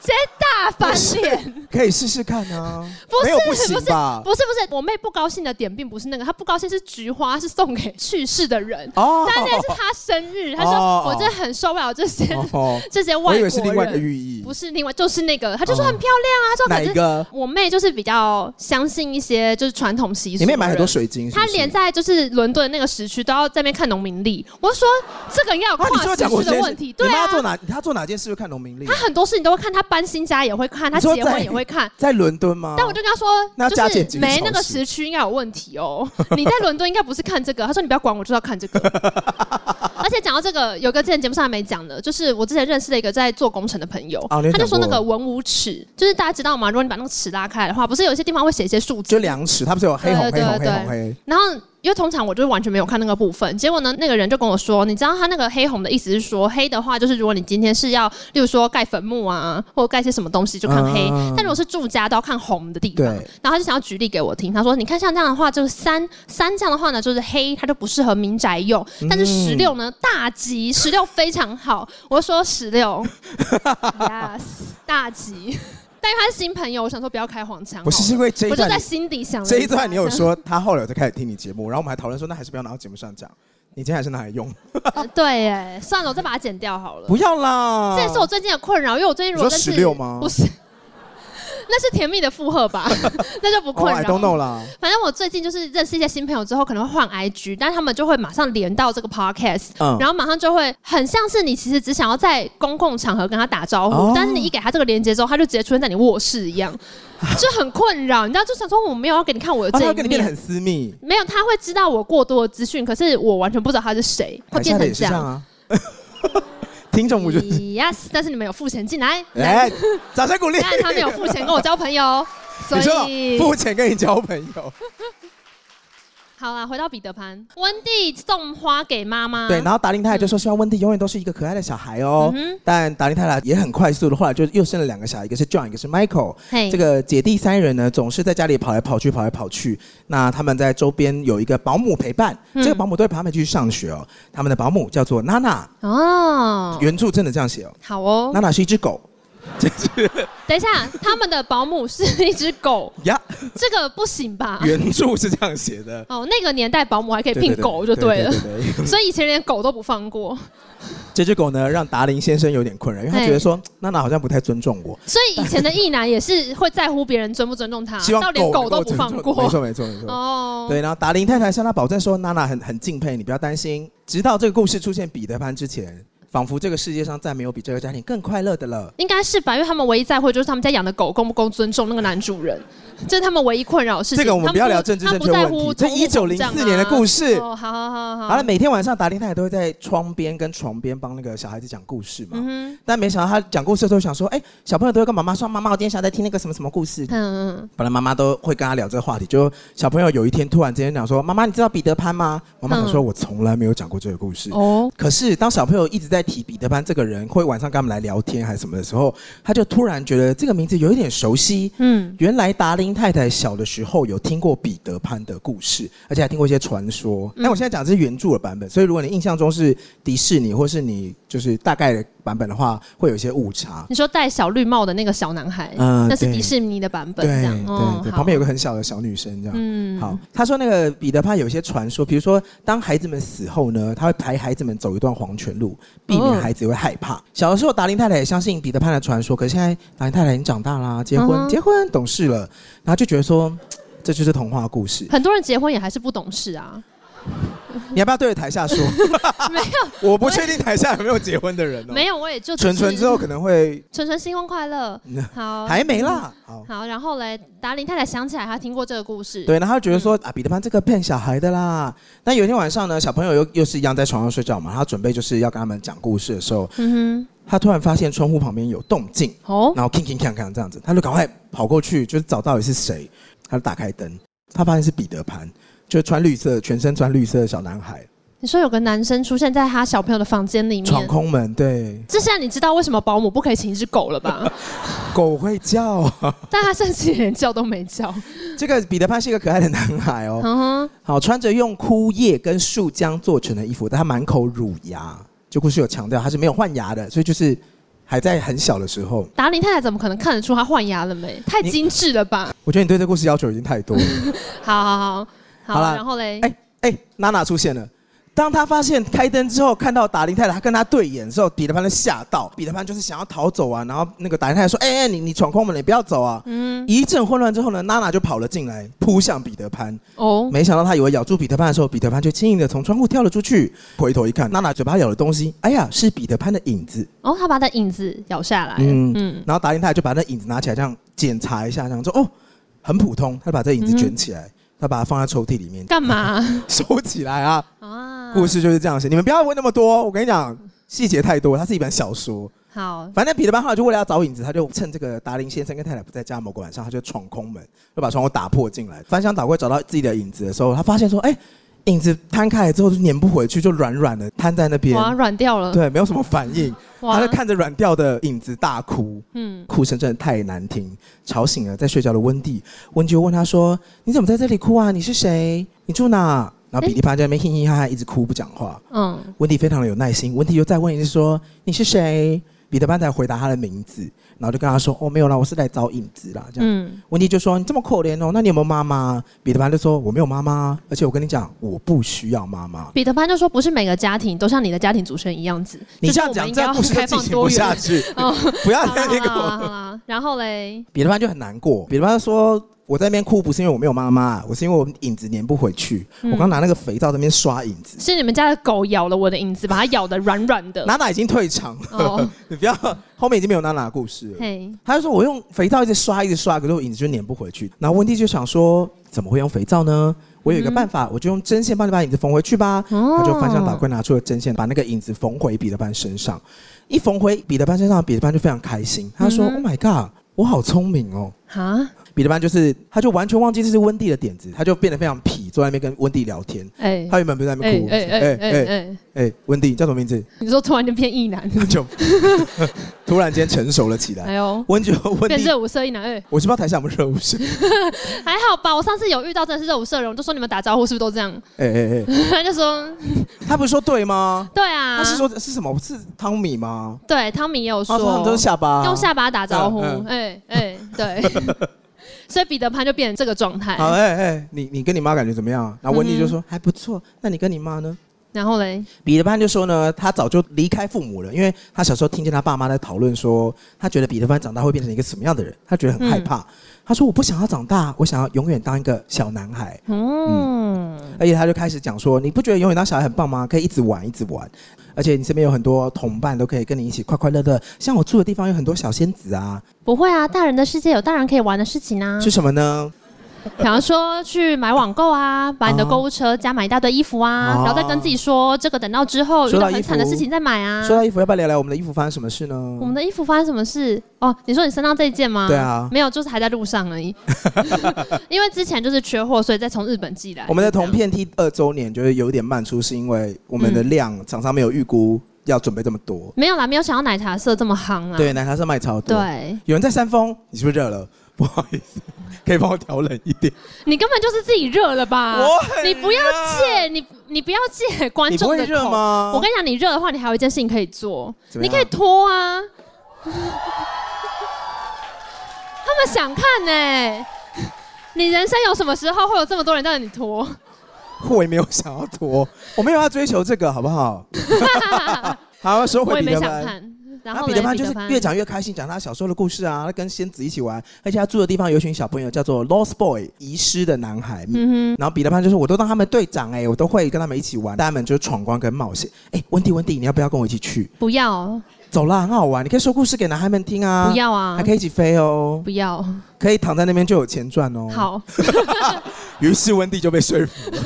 Speaker 3: 直接大翻脸。
Speaker 2: 可以试试看 啊。
Speaker 3: 不
Speaker 2: 没
Speaker 3: 是
Speaker 2: 有不
Speaker 3: 不
Speaker 2: 行
Speaker 3: 是
Speaker 2: 吧？
Speaker 3: 不是不是，我妹不高兴的点并不是那个，她不高兴是菊花是送给去世的人，
Speaker 2: 哦
Speaker 3: 但那是她生日，她
Speaker 2: 哦
Speaker 3: 说我真的很受不了这些
Speaker 2: 哦，
Speaker 3: 这些
Speaker 2: 我
Speaker 3: 外
Speaker 2: 以为是另
Speaker 3: 国
Speaker 2: 外一个
Speaker 3: 人。
Speaker 2: 寓意
Speaker 3: 不。是另外，就是那个，她就说
Speaker 2: 哦
Speaker 3: 很漂亮啊，她说
Speaker 2: 哪
Speaker 3: 可
Speaker 2: 一
Speaker 3: 是
Speaker 2: 个？
Speaker 3: 我妹就是比较相信一些就是传统习俗，
Speaker 2: 里面买很多。水晶是不
Speaker 3: 她
Speaker 2: 是，
Speaker 3: 连在就是伦敦那个时区都要在那边看农民历，我就说这个应该有
Speaker 2: 啊，你是
Speaker 3: 跨
Speaker 2: 有
Speaker 3: 时
Speaker 2: 讲过
Speaker 3: 区
Speaker 2: 这件
Speaker 3: 的
Speaker 2: 事
Speaker 3: 问题，
Speaker 2: 你
Speaker 3: 对
Speaker 2: 妈
Speaker 3: 啊，
Speaker 2: 做哪？她做哪件事会看农民历
Speaker 3: 她？很多事情都会看，她搬新家也会看，她
Speaker 2: 你说
Speaker 3: 结婚
Speaker 2: 在
Speaker 3: 也会看，
Speaker 2: 在伦敦吗？
Speaker 3: 但我就跟他
Speaker 2: 那
Speaker 3: 说，
Speaker 2: 加减
Speaker 3: 就
Speaker 2: 几
Speaker 3: 是
Speaker 2: 个
Speaker 3: 没
Speaker 2: 小
Speaker 3: 那个
Speaker 2: 时
Speaker 3: 时区应该有问题哦。 你在伦敦应该不是看这个。他说你不要管我，就是要看这个。 而且讲到这个，有个之前节目上还没讲的，就是我之前认识了一个在做工程的朋友，
Speaker 2: 哦你有
Speaker 3: 他就说
Speaker 2: 讲过
Speaker 3: 那个文武尺，就是大家知道吗？如果你把那个尺拉开来的话，不是有一些地方会写一些数字
Speaker 2: 就量尺，它不是有黑红黑
Speaker 3: 对对
Speaker 2: 红黑
Speaker 3: 对
Speaker 2: 红黑？
Speaker 3: 然后，因为通常我就是完全没有看那个部分，结果呢，那个人就跟我说，你知道他那个黑红的意思是说，黑的话就是如果你今天是要，例如说盖坟墓啊，或者盖些什么东西就看黑，
Speaker 2: 嗯
Speaker 3: 但如果是住家都要看红的地方
Speaker 2: 对。
Speaker 3: 然后他就想要举例给我听，他说，你看像这样的话，就是三三这样的话呢，就是黑，它就不适合民宅用，
Speaker 2: 嗯
Speaker 3: 但是十六呢大 吉，十六非常好，我就说十六，yes 大吉。 但因为他是新朋友，我想说不要开黄腔好了，
Speaker 2: 不是是因为这一
Speaker 3: 我就
Speaker 2: 段
Speaker 3: 在
Speaker 2: 你，
Speaker 3: 心底想了
Speaker 2: 这一段
Speaker 3: 下
Speaker 2: 你有
Speaker 3: 这样
Speaker 2: 说他后来有在开始听你节目，然后我们还讨论说，那还是不要拿到节目上讲，你今天还是拿来用，
Speaker 3: 呃对耶，算了，我再把它剪掉好了。
Speaker 2: 不要啦。
Speaker 3: 这也是我最近的困扰，因为我最近如果
Speaker 2: 你说
Speaker 3: 真是
Speaker 2: 16吗
Speaker 3: 不是，那是甜蜜的负荷吧， 那就不
Speaker 2: 哦
Speaker 3: 困
Speaker 2: ，I
Speaker 3: 扰。
Speaker 2: don't know 啦。
Speaker 3: 反正我最近就是认识一些新朋友之后，可能会换 IG，但他们就会马上连到这个 podcast，、
Speaker 2: 嗯
Speaker 3: 然后马上就会很像是你其实只想要在公共场合跟他打招呼，
Speaker 2: 哦
Speaker 3: 但是你一给他这个连接之后，他就直接出现在你卧室一样， 就很困扰。你知道，就想说我没有要给你看我的
Speaker 2: 啊，
Speaker 3: 这
Speaker 2: 他
Speaker 3: 一
Speaker 2: 跟你变
Speaker 3: 面
Speaker 2: 得，很私密，
Speaker 3: 没有，他会知道我过多的资讯，可是我完全不知道他是谁，会
Speaker 2: 台下
Speaker 3: 变
Speaker 2: 的
Speaker 3: 成
Speaker 2: 也是这
Speaker 3: 这样
Speaker 2: 样。啊。听众不就是哎
Speaker 3: yes，但是你们有付钱进来，
Speaker 2: 来，掌声鼓励。
Speaker 3: 但他们有付钱跟我交朋友，所
Speaker 2: 你说
Speaker 3: 以
Speaker 2: 付钱跟你交朋友，
Speaker 3: 好啦，回到彼得潘，温蒂送花给妈妈，
Speaker 2: 对，然后达令太太就说希望温蒂永远都是一个可爱的小孩哦。
Speaker 3: 嗯哼
Speaker 2: 但达令太太也很快速的，后来就又生了两个小孩，一个是 John，一个是 Michael。
Speaker 3: 嘿
Speaker 2: 这个姐弟三人呢，总是在家里跑来跑去，跑来跑去。那他们在周边有一个保姆陪伴，
Speaker 3: 嗯
Speaker 2: 这个保姆都会陪他们去上学哦。他们的保姆叫做娜娜，
Speaker 3: 哦，
Speaker 2: 原著真的这样写哦。
Speaker 3: 好哦
Speaker 2: 娜，娜是一只狗
Speaker 3: 等一下，他们的保姆是一只 狗，
Speaker 2: 呀，
Speaker 3: 这个不行吧？
Speaker 2: 原著是这样写的。
Speaker 3: 哦，那个年代保姆还可以聘狗就对了，所以以前连狗都不放过，
Speaker 2: 这只狗呢，让达林先生有点困扰，因为他觉得说娜娜好像不太尊重我，
Speaker 3: 所以以前的异男也是会在乎别人尊不尊重 他，
Speaker 2: 希望
Speaker 3: 啊到连
Speaker 2: 狗能够
Speaker 3: 狗都不
Speaker 2: 尊
Speaker 3: 放
Speaker 2: 重没
Speaker 3: 过。
Speaker 2: 错，没错，没错。
Speaker 3: 哦，
Speaker 2: 对，然后达林太太向他保证说，娜娜很很敬佩你，不要担心。直到这个故事出现彼得潘之前，仿佛这个世界上再没有比这个家庭更快乐的了。
Speaker 3: 应该是吧，因为他们唯一在乎就是他们家养的狗公不公尊重那个男主人，这是他们唯一困扰的事情。
Speaker 2: 这个我们不要聊政治正确
Speaker 3: 他
Speaker 2: 问
Speaker 3: 们不
Speaker 2: 题，这
Speaker 3: 他们不在乎
Speaker 2: 一九零四年的故
Speaker 3: 事。
Speaker 2: 事。
Speaker 3: 哦，好好好好。
Speaker 2: 好了，每天晚上达林太太都会在窗边跟床边帮那个小孩子讲故事嘛。
Speaker 3: 嗯
Speaker 2: 但没想到他讲故事的时候想说，哎、小朋友都会跟妈妈说，妈妈，我今天想在听那个什么什么故事
Speaker 3: 哼，。嗯，
Speaker 2: 本来妈妈都会跟他聊这个话题，就小朋友有一天突然之间讲说：“妈妈，你知道彼得潘吗？”妈妈想说：“我从来没有讲过这个故事。
Speaker 3: 哦，
Speaker 2: 可是当小朋友一直在在提彼得潘这个人，会晚上跟他们来聊天还是什么的时候，他就突然觉得这个名字有一点熟悉。
Speaker 3: 嗯，
Speaker 2: 原来达林太太小的时候有听过彼得潘的故事，而且还听过一些传说。但我现在讲的是原著的版本，所以如果你印象中是迪士尼或是你就是大概的版本的话，会有一些误差。
Speaker 3: 你说戴小绿帽的那个小男孩，
Speaker 2: 嗯
Speaker 3: 那是
Speaker 2: 对
Speaker 3: 迪士尼的版本，
Speaker 2: 对
Speaker 3: 这样
Speaker 2: 对
Speaker 3: 哦，
Speaker 2: 对，
Speaker 3: 好
Speaker 2: 旁边有个很小的小女生这样。
Speaker 3: 嗯
Speaker 2: 好，他说那个彼得潘有一些传说，比如说当孩子们死后呢，他会陪孩子们走一段黄泉路，避免孩子会害
Speaker 3: 哦
Speaker 2: 怕。小的时候，达林太太也相信彼得潘的传说，可是现在达林太太已经长大啦，结婚、
Speaker 3: 嗯哼
Speaker 2: 结婚懂事了，然后就觉得说。嘖这就是童话故事，
Speaker 3: 很多人结婚也还是不懂事啊，
Speaker 2: 你要不要对着台下说？
Speaker 3: 没 有
Speaker 2: 我不确定台下有没有结婚的人哦。
Speaker 3: 没有，我也就只
Speaker 2: 纯纯
Speaker 3: 是
Speaker 2: 之后可能会
Speaker 3: 纯纯新婚快乐，好，
Speaker 2: 还没啦。好，
Speaker 3: 好，然后嘞，达林太太想起来她听过这个故事，
Speaker 2: 对，然后他觉得说啊，彼得潘这个骗小孩的啦。那有一天晚上呢，小朋友又又是一样在床上睡觉嘛，他准备就是要跟他们讲故事的时候，
Speaker 3: 嗯
Speaker 2: 他突然发现窗户旁边有动静，
Speaker 3: 哼，哦，
Speaker 2: 然后吭吭锵锵这样子，他就赶快跑过去，就是找到底是谁，他就打开灯，他发现是彼得潘，就是穿绿色、全身穿绿色的小男孩，
Speaker 3: 你说有个男生出现在他小朋友的房间里
Speaker 2: 闯
Speaker 3: 面。
Speaker 2: 空门，对，
Speaker 3: 这下你知道为什么保姆不可以请一只狗了吧？
Speaker 2: 狗会叫。
Speaker 3: 但他甚至连叫都没叫。
Speaker 2: 这个彼得潘是一个可爱的男孩哦，
Speaker 3: 嗯哼，
Speaker 2: 好，穿着用枯叶跟树浆做成的衣服，但他满口乳牙。就故事有强调他是没有换牙的，所以就是还在很小的时候。
Speaker 3: 达林太太怎么可能看得出他换牙了没？太
Speaker 2: 你
Speaker 3: 精致了吧！
Speaker 2: 我觉得你对这故事要求已经太多了。
Speaker 3: 好好好，
Speaker 2: 好
Speaker 3: 好，
Speaker 2: 啦
Speaker 3: 然后嘞，
Speaker 2: 哎哎，娜娜出现了。当他发现开灯之后，看到达林太太，他跟他对眼之后，彼得潘就吓到。彼得潘就是想要逃走啊，然后那个达林太太说：“哎、哎，你你闯空门了，你不要走啊！”
Speaker 3: 嗯，
Speaker 2: 一阵混乱之后呢，娜娜就跑了进来，扑向彼得潘。
Speaker 3: 哦，
Speaker 2: 没想到他以为咬住彼得潘的时候，彼得潘却轻易的从窗户跳了出去。回头一看，娜娜嘴巴咬的东西，哎呀，是彼得潘的影子。
Speaker 3: 哦，他把他的影子咬下来了，
Speaker 2: 嗯
Speaker 3: 嗯，
Speaker 2: 然后达林太太就把那影子拿起来，这样检查一下，这样说哦，很普通。他就把这影子卷起来，他把它放在抽屉里面
Speaker 3: 干嘛
Speaker 2: 收起来啊。
Speaker 3: 啊？
Speaker 2: 故事就是这样写，你们不要问那么多。我跟你讲，细节太多，它是一本小说。
Speaker 3: 好，
Speaker 2: 反正彼得潘后来就为了要找影子，他就趁这个达林先生跟太太不在家，某个晚上他就闯空门，就把窗户打破进来，翻箱倒柜找到自己的影子的时候，他发现说，哎、影子摊开来之后就粘不回去，就软软的摊在那边，
Speaker 3: 哇，软掉了，
Speaker 2: 对，没有什么反应，
Speaker 3: 哇
Speaker 2: 他就看着软掉的影子大哭，
Speaker 3: 嗯，
Speaker 2: 哭声真的太难听，吵醒了在睡觉的温蒂。温蒂就问他说：“你怎么在这里哭啊？你是谁？你住哪？”然后彼得潘在那边嘻嘻哈哈一直哭不讲话。
Speaker 3: 嗯，
Speaker 2: 温蒂非常的有耐心，温蒂又再问一次说：“你是谁？”彼得潘才回答他的名字，然后就跟他说：“哦，没有啦，我是来找影子啦。”这样，
Speaker 3: 嗯，
Speaker 2: 温蒂就说：“你这么可怜哦，那你有没有妈妈？”彼得潘就说：“我没有妈妈，而且我跟你讲，我不需要妈妈。”
Speaker 3: 彼得潘就说，不是每个家庭都像你的家庭组成一样子，
Speaker 2: 你这样
Speaker 3: 就是我
Speaker 2: 讲，
Speaker 3: 们应
Speaker 2: 这
Speaker 3: 该要
Speaker 2: 样故事就
Speaker 3: 开
Speaker 2: 进
Speaker 3: 放
Speaker 2: 行
Speaker 3: 多
Speaker 2: 不
Speaker 3: 元
Speaker 2: 下。去。
Speaker 3: 哦，
Speaker 2: 不要
Speaker 3: 好啦
Speaker 2: 再
Speaker 3: 好
Speaker 2: 那
Speaker 3: 啦
Speaker 2: 个
Speaker 3: 好啦
Speaker 2: 我。
Speaker 3: 好啦，然后嘞，
Speaker 2: 彼得潘就很难过。彼得潘说：“我在那边哭不是因为我没有妈妈，我是因为我影子粘不回去。
Speaker 3: 嗯
Speaker 2: 我刚拿那个肥皂在那边刷影子，
Speaker 3: 是你们家的狗咬了我的影子，把它咬得软软的。
Speaker 2: 娜娜已经退场了，
Speaker 3: 哦
Speaker 2: 你不要后面已经没有娜娜的故事了。
Speaker 3: 嘿，
Speaker 2: 他就说我用肥皂一直刷一直刷，可是我影子就粘不回去。然后温蒂就想说，怎么会用肥皂呢？我有一个办法，我就用针线帮你把影子缝回去吧。
Speaker 3: 嗯哦
Speaker 2: 他就翻箱倒柜拿出了针线，把那个影子缝回彼得潘身上。一缝回彼得潘身上，彼得潘就非常开心。他说、
Speaker 3: 嗯
Speaker 2: o h my god，我好聪明哦！”
Speaker 3: 哈，
Speaker 2: 彼得潘就是，他就完全忘记这是温蒂的点子，他就变得非常痞，坐在那边跟温蒂聊天。
Speaker 3: 哎，
Speaker 2: 他原本不是在那边
Speaker 3: 哎
Speaker 2: 哭，
Speaker 3: 哎哎哎
Speaker 2: 哎
Speaker 3: 哎，
Speaker 2: 哎，温蒂你叫什么名字？
Speaker 3: 你说突然就变 异男，
Speaker 2: 就突然间成熟了起
Speaker 3: 哎
Speaker 2: 来。
Speaker 3: 呦，
Speaker 2: 温就温
Speaker 3: 变
Speaker 2: 蒂，
Speaker 3: 热舞社异男，哎，
Speaker 2: 我是不知道台下有没有热舞社。
Speaker 3: 还好吧。我上次有遇到真的是热舞社人，我就说你们打招呼是不是都这样？
Speaker 2: 哎哎哎，
Speaker 3: 他就说
Speaker 2: 他不是说对吗？
Speaker 3: 对啊，
Speaker 2: 他是说是什么？是汤米吗？
Speaker 3: 对，汤米也有
Speaker 2: 他说他们都是下巴，
Speaker 3: 用下巴打招呼，
Speaker 2: 嗯
Speaker 3: 哎哎，对。 所以彼得潘就变成这个状态，
Speaker 2: 好哎哎，你你跟你妈感觉怎么样？然后温蒂就
Speaker 3: 嗯
Speaker 2: 说还不错。那你跟你妈呢？
Speaker 3: 然后嘞，
Speaker 2: 彼得潘就说呢，他早就离开父母了，因为他小时候听见他爸妈在讨论说，他觉得彼得潘长大会变成一个什么样的人，他觉得很害
Speaker 3: 嗯
Speaker 2: 怕。他说：“我不想要长大，我想要永远当一个小男孩。
Speaker 3: 哦嗯，”
Speaker 2: 而且他就开始讲说：“你不觉得永远当小孩很棒吗？可以一直玩，一直玩，而且你身边有很多同伴都可以跟你一起快快乐乐。像我住的地方有很多小仙子啊，
Speaker 3: 不会啊，大人的世界有大人可以玩的事情啊
Speaker 2: 是，什么呢？
Speaker 3: 比方说去买网购啊，把你的购物车加满一大堆衣服啊，
Speaker 2: 哦
Speaker 3: 然后再跟自己说这个等到之后遇
Speaker 2: 说
Speaker 3: 到
Speaker 2: 到
Speaker 3: 很
Speaker 2: 衣服
Speaker 3: 惨的事情再买啊。
Speaker 2: 说到衣服，要不要聊聊我们的衣服发生什么事呢？
Speaker 3: 我们的衣服发生什么事？哦，你说你身上这件吗？
Speaker 2: 对啊
Speaker 3: 没有，就是还在路 上而已。因为之前就是缺货，所以再从日本寄来。
Speaker 2: 我们的
Speaker 3: 就这样
Speaker 2: 同片 T 二周年就是有点慢出，是因为我们的量厂商没有预估要准备这么多。
Speaker 3: 没有啦，没有想到奶茶色这么夯啊。
Speaker 2: 对，奶茶是卖超多。，
Speaker 3: 对
Speaker 2: 有人在山峰，你是不是热了？不好意思，可以帮我调冷一点。
Speaker 3: 你根本就是自己热了吧？
Speaker 2: 我很
Speaker 3: 你不要
Speaker 2: 热
Speaker 3: 借你，你不要借观
Speaker 2: 你不
Speaker 3: 众
Speaker 2: 会
Speaker 3: 的
Speaker 2: 热
Speaker 3: 口。
Speaker 2: 吗？
Speaker 3: 我跟你讲，你热的话，你还有一件事情可以做，
Speaker 2: 怎么
Speaker 3: 你
Speaker 2: 样
Speaker 3: 可以脱啊。他们想看呢、你人生有什么时候会有这么多人让 你脱？
Speaker 2: 我也没有想要脱，我没有要追求这个，好不好？好，说
Speaker 3: 我
Speaker 2: 回
Speaker 3: 也
Speaker 2: 彼
Speaker 3: 没
Speaker 2: 得
Speaker 3: 想
Speaker 2: 潘。
Speaker 3: 看。然
Speaker 2: 那
Speaker 3: 后
Speaker 2: 彼
Speaker 3: 嘞
Speaker 2: 得潘就是越讲越开心，讲他小时候的故事啊，他跟仙子一起玩，而且他住的地方有一群小朋友叫做 Lost Boy 遗失的男孩。
Speaker 3: 嗯
Speaker 2: 然后彼得潘就是我都当他们队长哎、我都会跟他们一起玩，带他们就是闯关跟冒险。哎、温蒂温蒂，你要不要跟我一起去
Speaker 3: 哼？，不要啊
Speaker 2: 走啦，很好玩，你可以说故事给男孩们听啊，
Speaker 3: 不要啊
Speaker 2: 还，可以一起飞哦，
Speaker 3: 不要。
Speaker 2: 可以躺在那边就有钱赚哦。，
Speaker 3: 好，
Speaker 2: 于是温蒂就被说服 了。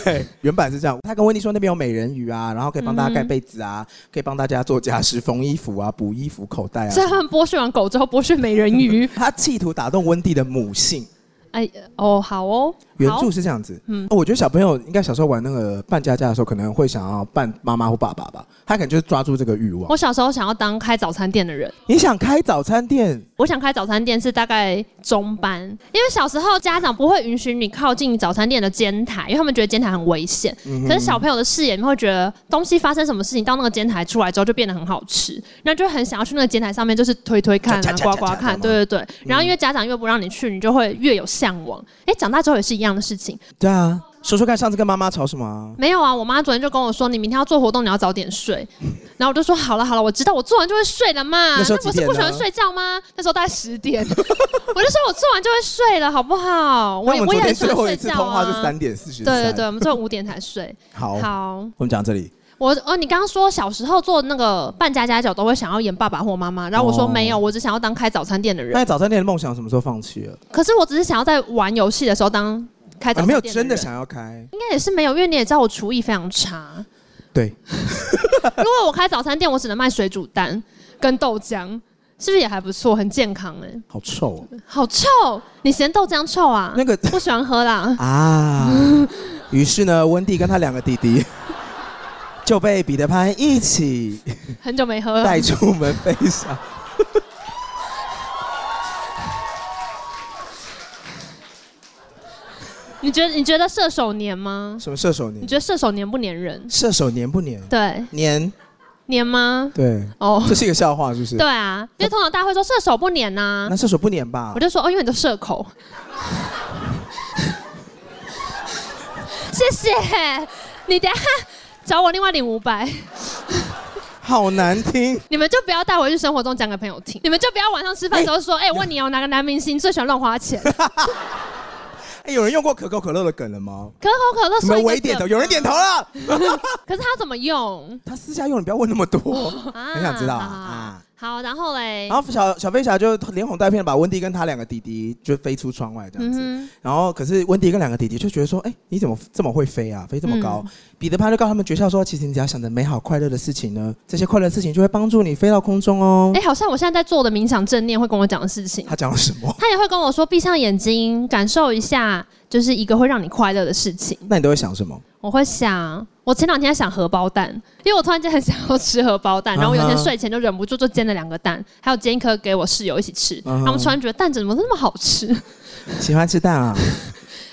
Speaker 2: 对，原版是这样，他跟温蒂说那边有美人鱼啊，然后可以帮大家盖被子啊，
Speaker 3: 嗯
Speaker 2: 可以帮大家做家事、缝衣服啊、补衣服、口袋啊
Speaker 3: 所。以他们剥削完狗之后剥削美人鱼。
Speaker 2: 他企图打动温蒂的母性，
Speaker 3: 哎，哦，好哦，
Speaker 2: 原
Speaker 3: 好
Speaker 2: 著是这样子。
Speaker 3: 嗯
Speaker 2: 嗯，我觉得小朋友应该小时候玩那个扮家家的时候，可能会想要扮妈妈或爸爸吧，他可能就是抓住这个欲望
Speaker 3: 我。小时候想要当开早餐店的人，
Speaker 2: 你想开早餐店，
Speaker 3: 我想开早餐店是大概中班，因为小时候家长不会允许你靠近早餐店的煎台，因为他们觉得煎台很危险。
Speaker 2: 嗯
Speaker 3: 可是小朋友的视野，你会觉得东西发生什么事情到那个煎台出来之后就变得很好吃，那就很想要去那个煎台上面就是推推看
Speaker 2: 恰
Speaker 3: 啊
Speaker 2: 恰、恰
Speaker 3: 刮
Speaker 2: 恰嗯
Speaker 3: 刮
Speaker 2: 恰
Speaker 3: 看，
Speaker 2: 嘛
Speaker 3: 对对对。然后因为家长越不让你去，你就会越有向往。哎，长大之后也是一样的事情。
Speaker 2: 对啊，说说看，上次跟妈妈吵什么啊？
Speaker 3: 没有啊，我妈昨天就跟我说，你明天要做活动，你要早 点睡。然后我就说好了好了，我知道我做完就会睡了嘛。
Speaker 2: 那时候
Speaker 3: 不
Speaker 2: 几
Speaker 3: 是
Speaker 2: 点啊
Speaker 3: 不喜欢
Speaker 2: 呢
Speaker 3: 睡觉吗？那时候大概 十点，我就说我做完就会睡了，好不好？
Speaker 2: 那
Speaker 3: 也
Speaker 2: 我们
Speaker 3: 我也
Speaker 2: 昨天最
Speaker 3: 很喜欢
Speaker 2: 后
Speaker 3: 睡
Speaker 2: 一次
Speaker 3: 觉
Speaker 2: 通话是
Speaker 3: 啊。
Speaker 2: 三点四十。
Speaker 3: 对对对，我们最后五点才睡。
Speaker 2: 好，
Speaker 3: 好，
Speaker 2: 我们讲到这里。
Speaker 3: 我哦，你刚刚说小时候做那个扮家家酒都会想要演爸爸或妈妈，然后我说
Speaker 2: 哦
Speaker 3: 没有，我只想要当开早餐店的人。
Speaker 2: 那早餐店的梦想什么时候放弃了？
Speaker 3: 可是我只是想要在玩游戏的时候当开早
Speaker 2: 啊，
Speaker 3: 餐
Speaker 2: 没有
Speaker 3: 店人
Speaker 2: 真的，想要开。
Speaker 3: 应该也是没有，因为你也知道我厨艺非常差。
Speaker 2: 对，
Speaker 3: 如果我开早餐店，我只能卖水煮蛋跟豆浆，是不是也还不错，很健康哎、
Speaker 2: 好臭哦、
Speaker 3: 好臭，你嫌豆浆臭啊？
Speaker 2: 那个。
Speaker 3: 不喜欢喝啦
Speaker 2: 啊，于是呢，温蒂跟他两个弟弟就被彼得潘一起
Speaker 3: 很久没喝了，
Speaker 2: 带出门飞翔。
Speaker 3: 你觉得你觉得射手黏吗？
Speaker 2: 什么射手
Speaker 3: 你
Speaker 2: 年？
Speaker 3: 觉得射手黏不黏人？
Speaker 2: 射手年不年？
Speaker 3: 对，
Speaker 2: 年，
Speaker 3: 黏吗？
Speaker 2: 对，
Speaker 3: 哦，
Speaker 2: 这是一个笑话，是不是？
Speaker 3: 对啊，因为通常大家会说射手不黏呐、
Speaker 2: 那射手不年吧
Speaker 3: 我？就说哦，因为你的社 恐。谢谢，你等一下找我另外领五百。
Speaker 2: 好难听。
Speaker 3: 你们就不要带回去生活中讲给朋友听，你们就不要晚上吃饭的时候说，哎、问你哦，哪个男明星最喜欢乱花 钱？可
Speaker 2: 哎，有人用过可口可乐的梗了吗？
Speaker 3: 口可乐
Speaker 2: 你
Speaker 3: 说
Speaker 2: 们
Speaker 3: 一个啊
Speaker 2: 微点头，有人点头了。
Speaker 3: 可是他怎么用
Speaker 2: 他私下用，你不要问那么多。
Speaker 3: 啊
Speaker 2: 很想知道啊
Speaker 3: 好好好
Speaker 2: 啊
Speaker 3: 好，然后嘞，
Speaker 2: 然后小小飞侠就连哄带骗地把温蒂跟他两个弟弟就飞出窗外这样子。
Speaker 3: 嗯
Speaker 2: 然后可是温迪跟两个弟弟就觉得说，哎、你怎么这么会飞啊，飞这么高？
Speaker 3: 嗯
Speaker 2: 彼得潘就告他们诀窍说，其实你只要想着美好快乐的事情呢，这些快乐的事情就会帮助你飞到空中哦
Speaker 3: 哼，。哎、好像我现在在做的冥想正念会跟我讲的事情，
Speaker 2: 他讲了什么？
Speaker 3: 他也会跟我说，闭上眼睛，感受一下，就是一个会让你快乐的事情。
Speaker 2: 那你都会想什么？
Speaker 3: 我会想，我前两天在想荷包蛋，因为我突然间很想要吃荷 包蛋，然后我有一天
Speaker 2: 啊哈
Speaker 3: 睡前就忍不住就煎了两个蛋，还有煎一颗给我室友一起吃，
Speaker 2: 啊哈
Speaker 3: 然后我们突然觉得蛋怎么那么好吃。
Speaker 2: 喜欢吃蛋 啊？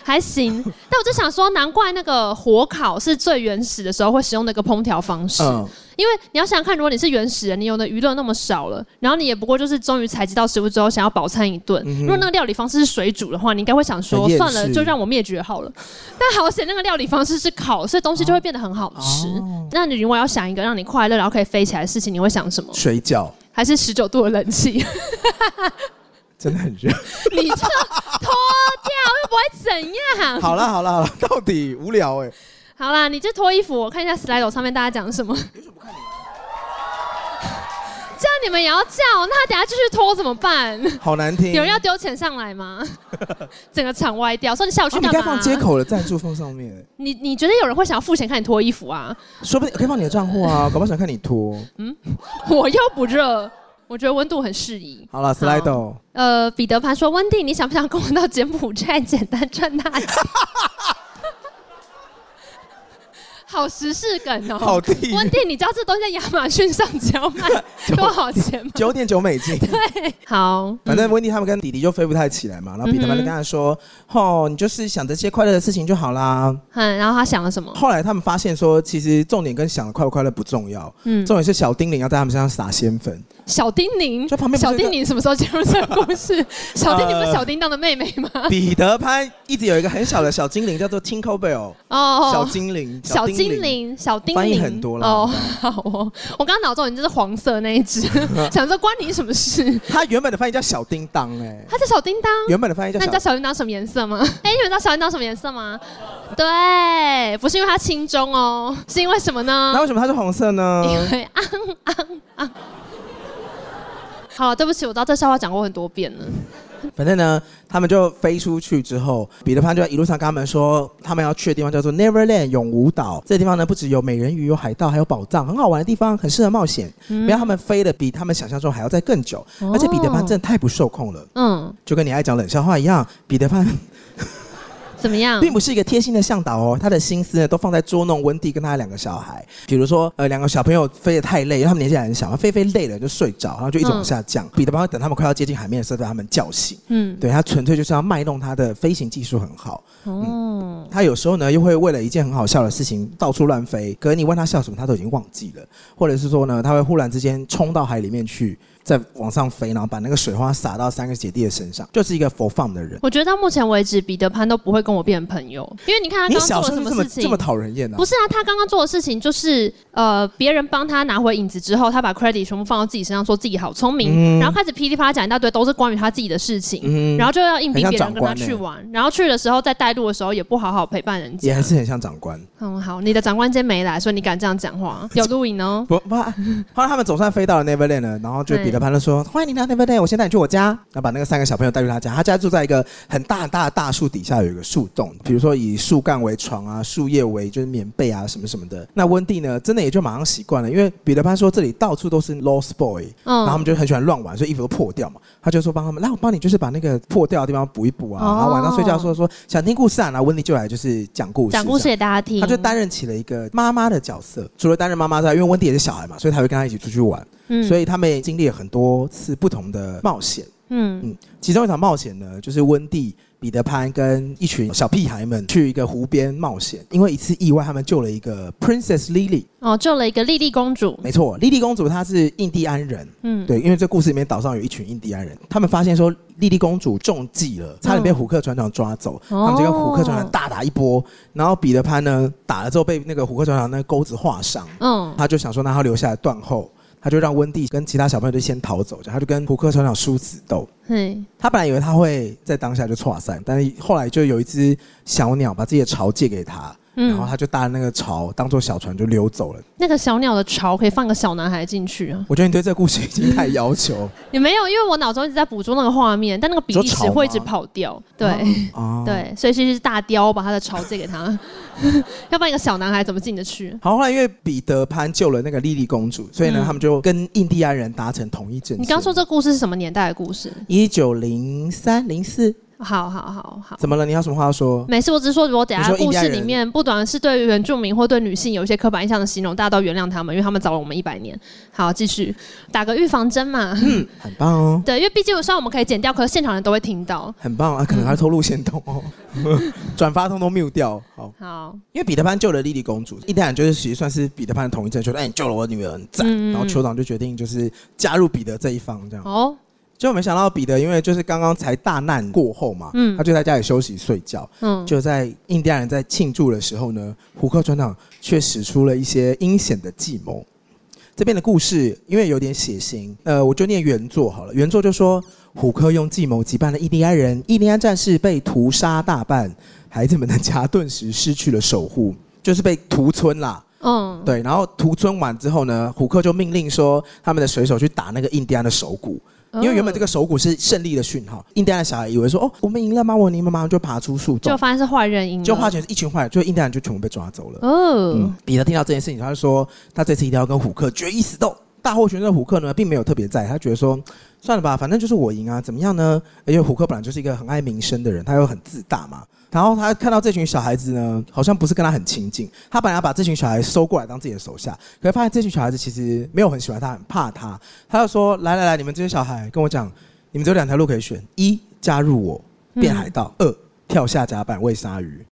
Speaker 3: 还行，但我就想说，难怪那个火烤是最原始的时候会使用的一个烹调方式，
Speaker 2: 嗯，
Speaker 3: 因为你要想想看，如果你是原始人，你用的娱乐那么少了，然后你也不过就是终于采集到食物之后想要饱餐一顿。如果那个料理方式是水煮的话，你应该会想说
Speaker 2: 嗯很厌世
Speaker 3: 算了，就让我灭绝好了。但好险那个料理方式是烤，所以东西就会变得很好吃。
Speaker 2: 哦
Speaker 3: 那你如果要想一个让你快乐然后可以飞起来的事情，你会想什么？
Speaker 2: 水饺
Speaker 3: 还是十九度的冷气？
Speaker 2: 真的很热。
Speaker 3: 你就脱掉又不会怎样。
Speaker 2: 好了好了好了，到底无聊哎、
Speaker 3: 好啦，你就脱衣服，我看一下 slide 上面大家讲什么。这样你们也要叫，那等下继续脱怎么办？
Speaker 2: 好难听。
Speaker 3: 有人要丢钱上 来吗？整个场歪掉，说你下午
Speaker 2: 啊
Speaker 3: 去
Speaker 2: 你
Speaker 3: 干
Speaker 2: 该
Speaker 3: 嘛
Speaker 2: 放？接口的赞助封上面、
Speaker 3: 你你觉得有人会想要付钱看你脱衣服啊？
Speaker 2: 说不定可以放你的账户啊，搞不好想看你脱。
Speaker 3: 我又不热，我觉得温度很适宜。
Speaker 2: 好了，Slido，
Speaker 3: 呃，彼得潘说：“温蒂，你想不想跟我 到柬埔寨简单赚大钱？”好时事梗哦。
Speaker 2: 好地
Speaker 3: 温
Speaker 2: 狱，
Speaker 3: 蒂，你知道这东西在亚马逊上只要 卖多少钱吗？
Speaker 2: 九点九美金。
Speaker 3: 好，
Speaker 2: 反正温蒂他们跟弟弟就飞不太起来嘛，然后彼得
Speaker 3: 嗯嗯哼
Speaker 2: 潘就跟他说：“哦，你就是想着些快乐的事情就好啦。
Speaker 3: 嗯，然后他想了什”么？
Speaker 2: 后来他们发现说，其实重点跟想的快不快乐不重要，
Speaker 3: 嗯，
Speaker 2: 重点是小叮铃要在他们身上撒仙 粉。
Speaker 3: 小叮咛，
Speaker 2: 就旁边不是
Speaker 3: 小
Speaker 2: 有一个呃
Speaker 3: 叮咛什么时候加入这个故 事？小叮咛不是小叮当的妹妹吗？
Speaker 2: 彼得潘一直有一个很小的小精灵叫做 Tinkle Bell，小
Speaker 3: 哦，
Speaker 2: 精灵，
Speaker 3: 小
Speaker 2: 叮
Speaker 3: 精，灵，小叮
Speaker 2: 翻译
Speaker 3: 咛
Speaker 2: 很多啦嗯
Speaker 3: 哦，好哦，我刚刚脑中你就是黄色那 一只，想说关你什么事？
Speaker 2: 它原本的翻译叫小叮当哎、
Speaker 3: 它叫小叮当。
Speaker 2: 原本的翻译叫
Speaker 3: 那你知道
Speaker 2: 小。
Speaker 3: 小叮当什么颜色吗？ 哎、你们知道小叮当什么颜色吗？对，不是因为它青中哦，是因为什么呢
Speaker 2: 那？为什么它是红色 呢？
Speaker 3: 因为昂昂昂。好，对不起，我知道这笑话讲过很多遍了。
Speaker 2: 反正呢，他们就飞出去之后，彼得潘就在一路上跟他们说，他们要去的地方叫做 Neverland 永无岛。这地方呢，不只有美人鱼、有海盗，还有宝藏，很好玩的地方，很适合冒险。没有他们飞的比他们想象中还要再更久，
Speaker 3: 哦
Speaker 2: 而且彼得潘真的太不受控了，
Speaker 3: 嗯，
Speaker 2: 就跟你爱讲冷笑话一样，彼得潘
Speaker 3: 怎么样？
Speaker 2: 并不是一个贴心的向导哦，他的心思呢都放在捉弄温蒂跟他的两个小孩。比如说，呃，两个小朋友飞得太累，因为他们年纪还很小，飞飞累了就睡着，然后就一直往下降。彼得潘会等他们快要接近海面的时候，把他们叫醒。
Speaker 3: 嗯，
Speaker 2: 对他纯粹就是要卖弄他的飞行技术很好。嗯
Speaker 3: 哦，
Speaker 2: 他有时候呢又会为了一件很好笑的事情到处乱飞，可是你问他笑什么，他都已经忘记了。或者是说呢，他会忽然之间冲到海里面去，再往上飞，然后把那个水花洒到三个姐弟的身上，就是一个佛放的人。
Speaker 3: 我觉得到目前为止，彼得潘都不会跟我变朋友，因为你看他
Speaker 2: 你
Speaker 3: 刚
Speaker 2: 小时候
Speaker 3: 刚做了
Speaker 2: 就
Speaker 3: 什
Speaker 2: 这么
Speaker 3: 事情
Speaker 2: 这么。讨人厌啊
Speaker 3: 不？是啊，他刚刚做的事情就是，呃，别人帮他拿回影子之后，他把 credit 全部放到自己身上，说自己好聪明，
Speaker 2: 嗯
Speaker 3: 然后开始噼里啪啦讲一大堆，都是关于他自己的事情，
Speaker 2: 嗯
Speaker 3: 然后就要硬逼别
Speaker 2: 很像长
Speaker 3: 人跟他
Speaker 2: 官
Speaker 3: 去
Speaker 2: 欸
Speaker 3: 玩，然后去的时候在带路的时候也不好好陪伴人家
Speaker 2: 也。还是很像长官。
Speaker 3: 嗯，好，你的长官今天没来，所以你敢这样讲话，有录影哦。
Speaker 2: 不不，后来他们总算飞到了 Neverland 了，然后就彼得潘就说：“欢迎你到 Neverland，我先带你去我家。”然后把那个三个小朋友带去他家，他家住在一个很大很大的大树底下，有一个树洞，比如说以树干为床啊，树叶为就是棉被啊什么什么的。那温蒂呢，真的也就马上习惯了，因为彼得潘说这里到处都是 Lost Boy，然后他
Speaker 3: 嗯，
Speaker 2: 们就很喜欢乱玩，所以衣服都破掉嘛。他就说帮他们，那我帮你就是把那个破掉的地方补一补啊。
Speaker 3: 哦
Speaker 2: 然后晚上睡觉的时候说想听故事啊，然后温蒂就来就是讲故事，
Speaker 3: 讲故事给大家听。
Speaker 2: 他就担任起了一个妈妈的角色。除了担任妈妈之外，因为温蒂也是小孩嘛，所以他会跟他一起出去玩，
Speaker 3: 嗯，
Speaker 2: 所
Speaker 3: 以
Speaker 2: 以他们也经历了很多次不同的冒险。
Speaker 3: 嗯，
Speaker 2: 嗯，其中一场冒险呢，就是温蒂、彼得潘跟一群小屁孩们去一个湖边冒险，因为一次意外，他们救了一个 Princess Lily。
Speaker 3: 哦，救了一个莉莉公主。
Speaker 2: 没错，莉莉公主她是印第安人。
Speaker 3: 嗯，
Speaker 2: 对，因为这故事里面岛上有一群印第安人，他们发现说莉莉公主中计了，差点
Speaker 3: 嗯
Speaker 2: 被虎克船长抓走，
Speaker 3: 哦
Speaker 2: 他们就跟虎克船长大打一波，然后彼得潘呢打了之后被那个虎克船长那个钩子划伤，
Speaker 3: 嗯，
Speaker 2: 他就想说那他留下来断后，他就让温蒂跟其他小朋友就先逃走，他就跟虎克船长殊死斗。
Speaker 3: 嘿，
Speaker 2: 他本来以为他会在当下就错散，但是后来就有一只小鸟把自己的巢借给他，然后
Speaker 3: 嗯，
Speaker 2: 他就搭那个巢当做小船就溜走了。
Speaker 3: 那个小鸟的巢可以放个小男孩进去啊？
Speaker 2: 我觉得你对这个故事已经太要 求
Speaker 3: 也没有，因为我脑中一直在捕捉那个画面，但那个比例
Speaker 2: 你说
Speaker 3: 尺
Speaker 2: 巢
Speaker 3: 会一直
Speaker 2: 吗
Speaker 3: 跑掉。对、
Speaker 2: 哦。
Speaker 3: 对，所以其实是大雕把他的巢借给他， 要不然一个小男孩怎么进得去？
Speaker 2: 好，后来因为彼得潘救了那个莉莉公主，所以呢，
Speaker 3: 嗯
Speaker 2: 他们就跟印第安人达成同一阵线。
Speaker 3: 你刚说这故事是什么年代的故事？
Speaker 2: 一九零三零四，
Speaker 3: 好好好好。
Speaker 2: 怎么了？你有什么话要说？
Speaker 3: 没事，我只是说，如果等
Speaker 2: 你
Speaker 3: 下
Speaker 2: 说
Speaker 3: 故
Speaker 2: 印第安
Speaker 3: 事
Speaker 2: 人
Speaker 3: 里面，不管是对于原住民或对女性有一些刻板印象的形容，大家都原谅他们，因为他们早了我们一百年。好，继续打个预防针嘛。
Speaker 2: 很棒哦，
Speaker 3: 对，因为毕竟虽然我们可以剪掉，可是现场人都会听到。
Speaker 2: 很棒啊！可能还
Speaker 3: 嗯
Speaker 2: 偷录线动哦， 转发通通 mute 掉。好，
Speaker 3: 好，
Speaker 2: 因为彼得潘救了莉莉公主，印第安人就是其实算是彼得潘的同一阵线，说哎，你救了我女儿，很赞。
Speaker 3: 嗯
Speaker 2: 然后酋长就决定就是加入彼得这一方，这样。
Speaker 3: 哦，
Speaker 2: 结果没想到彼得因为就是刚刚才大难过后嘛，
Speaker 3: 嗯
Speaker 2: 他就在家里休息睡觉。
Speaker 3: 嗯，
Speaker 2: 就在印第安人在庆祝的时候呢，胡克船长却使出了一些阴险的计谋。这边的故事因为有点血腥，呃，我就念原作好了。原作就说，虎克用计谋击败了印第安人，印第安战士被屠杀大半，孩子们的家顿时失去了守护，就是被屠村啦。
Speaker 3: 嗯，
Speaker 2: 对，然后屠村完之后呢，虎克就命令说，他们的水手去打那个印第安的手鼓，
Speaker 3: 哦
Speaker 2: 因为原本这个手鼓是胜利的讯号。印第安的小孩以为说，哦，我们赢了吗？我你们马上就爬出树洞
Speaker 3: 就。发现是坏人赢了，
Speaker 2: 就花钱一群坏人，最后印第安人就全部被抓走了。嗯
Speaker 3: 哦，
Speaker 2: 嗯，彼得听到这件事情，他就说他这次一定要跟虎克决一死斗。大获全胜的虎克呢，并没有特别在意，他觉得说算了吧，反正就是我赢啊，怎么样呢？因为虎克本来就是一个很爱名声的人，他又很自大嘛。然后他看到这群小孩子呢，好像不是跟他很亲近，他本来要把这群小孩收过来当自己的手下，可是发现这群小孩子其实没有很喜欢他，很怕他。他就说：“来来来，你们这些小孩跟我讲，你们只有两条路可以选：一加入我
Speaker 3: 嗯
Speaker 2: 变海盗，二跳下甲板喂鲨鱼。”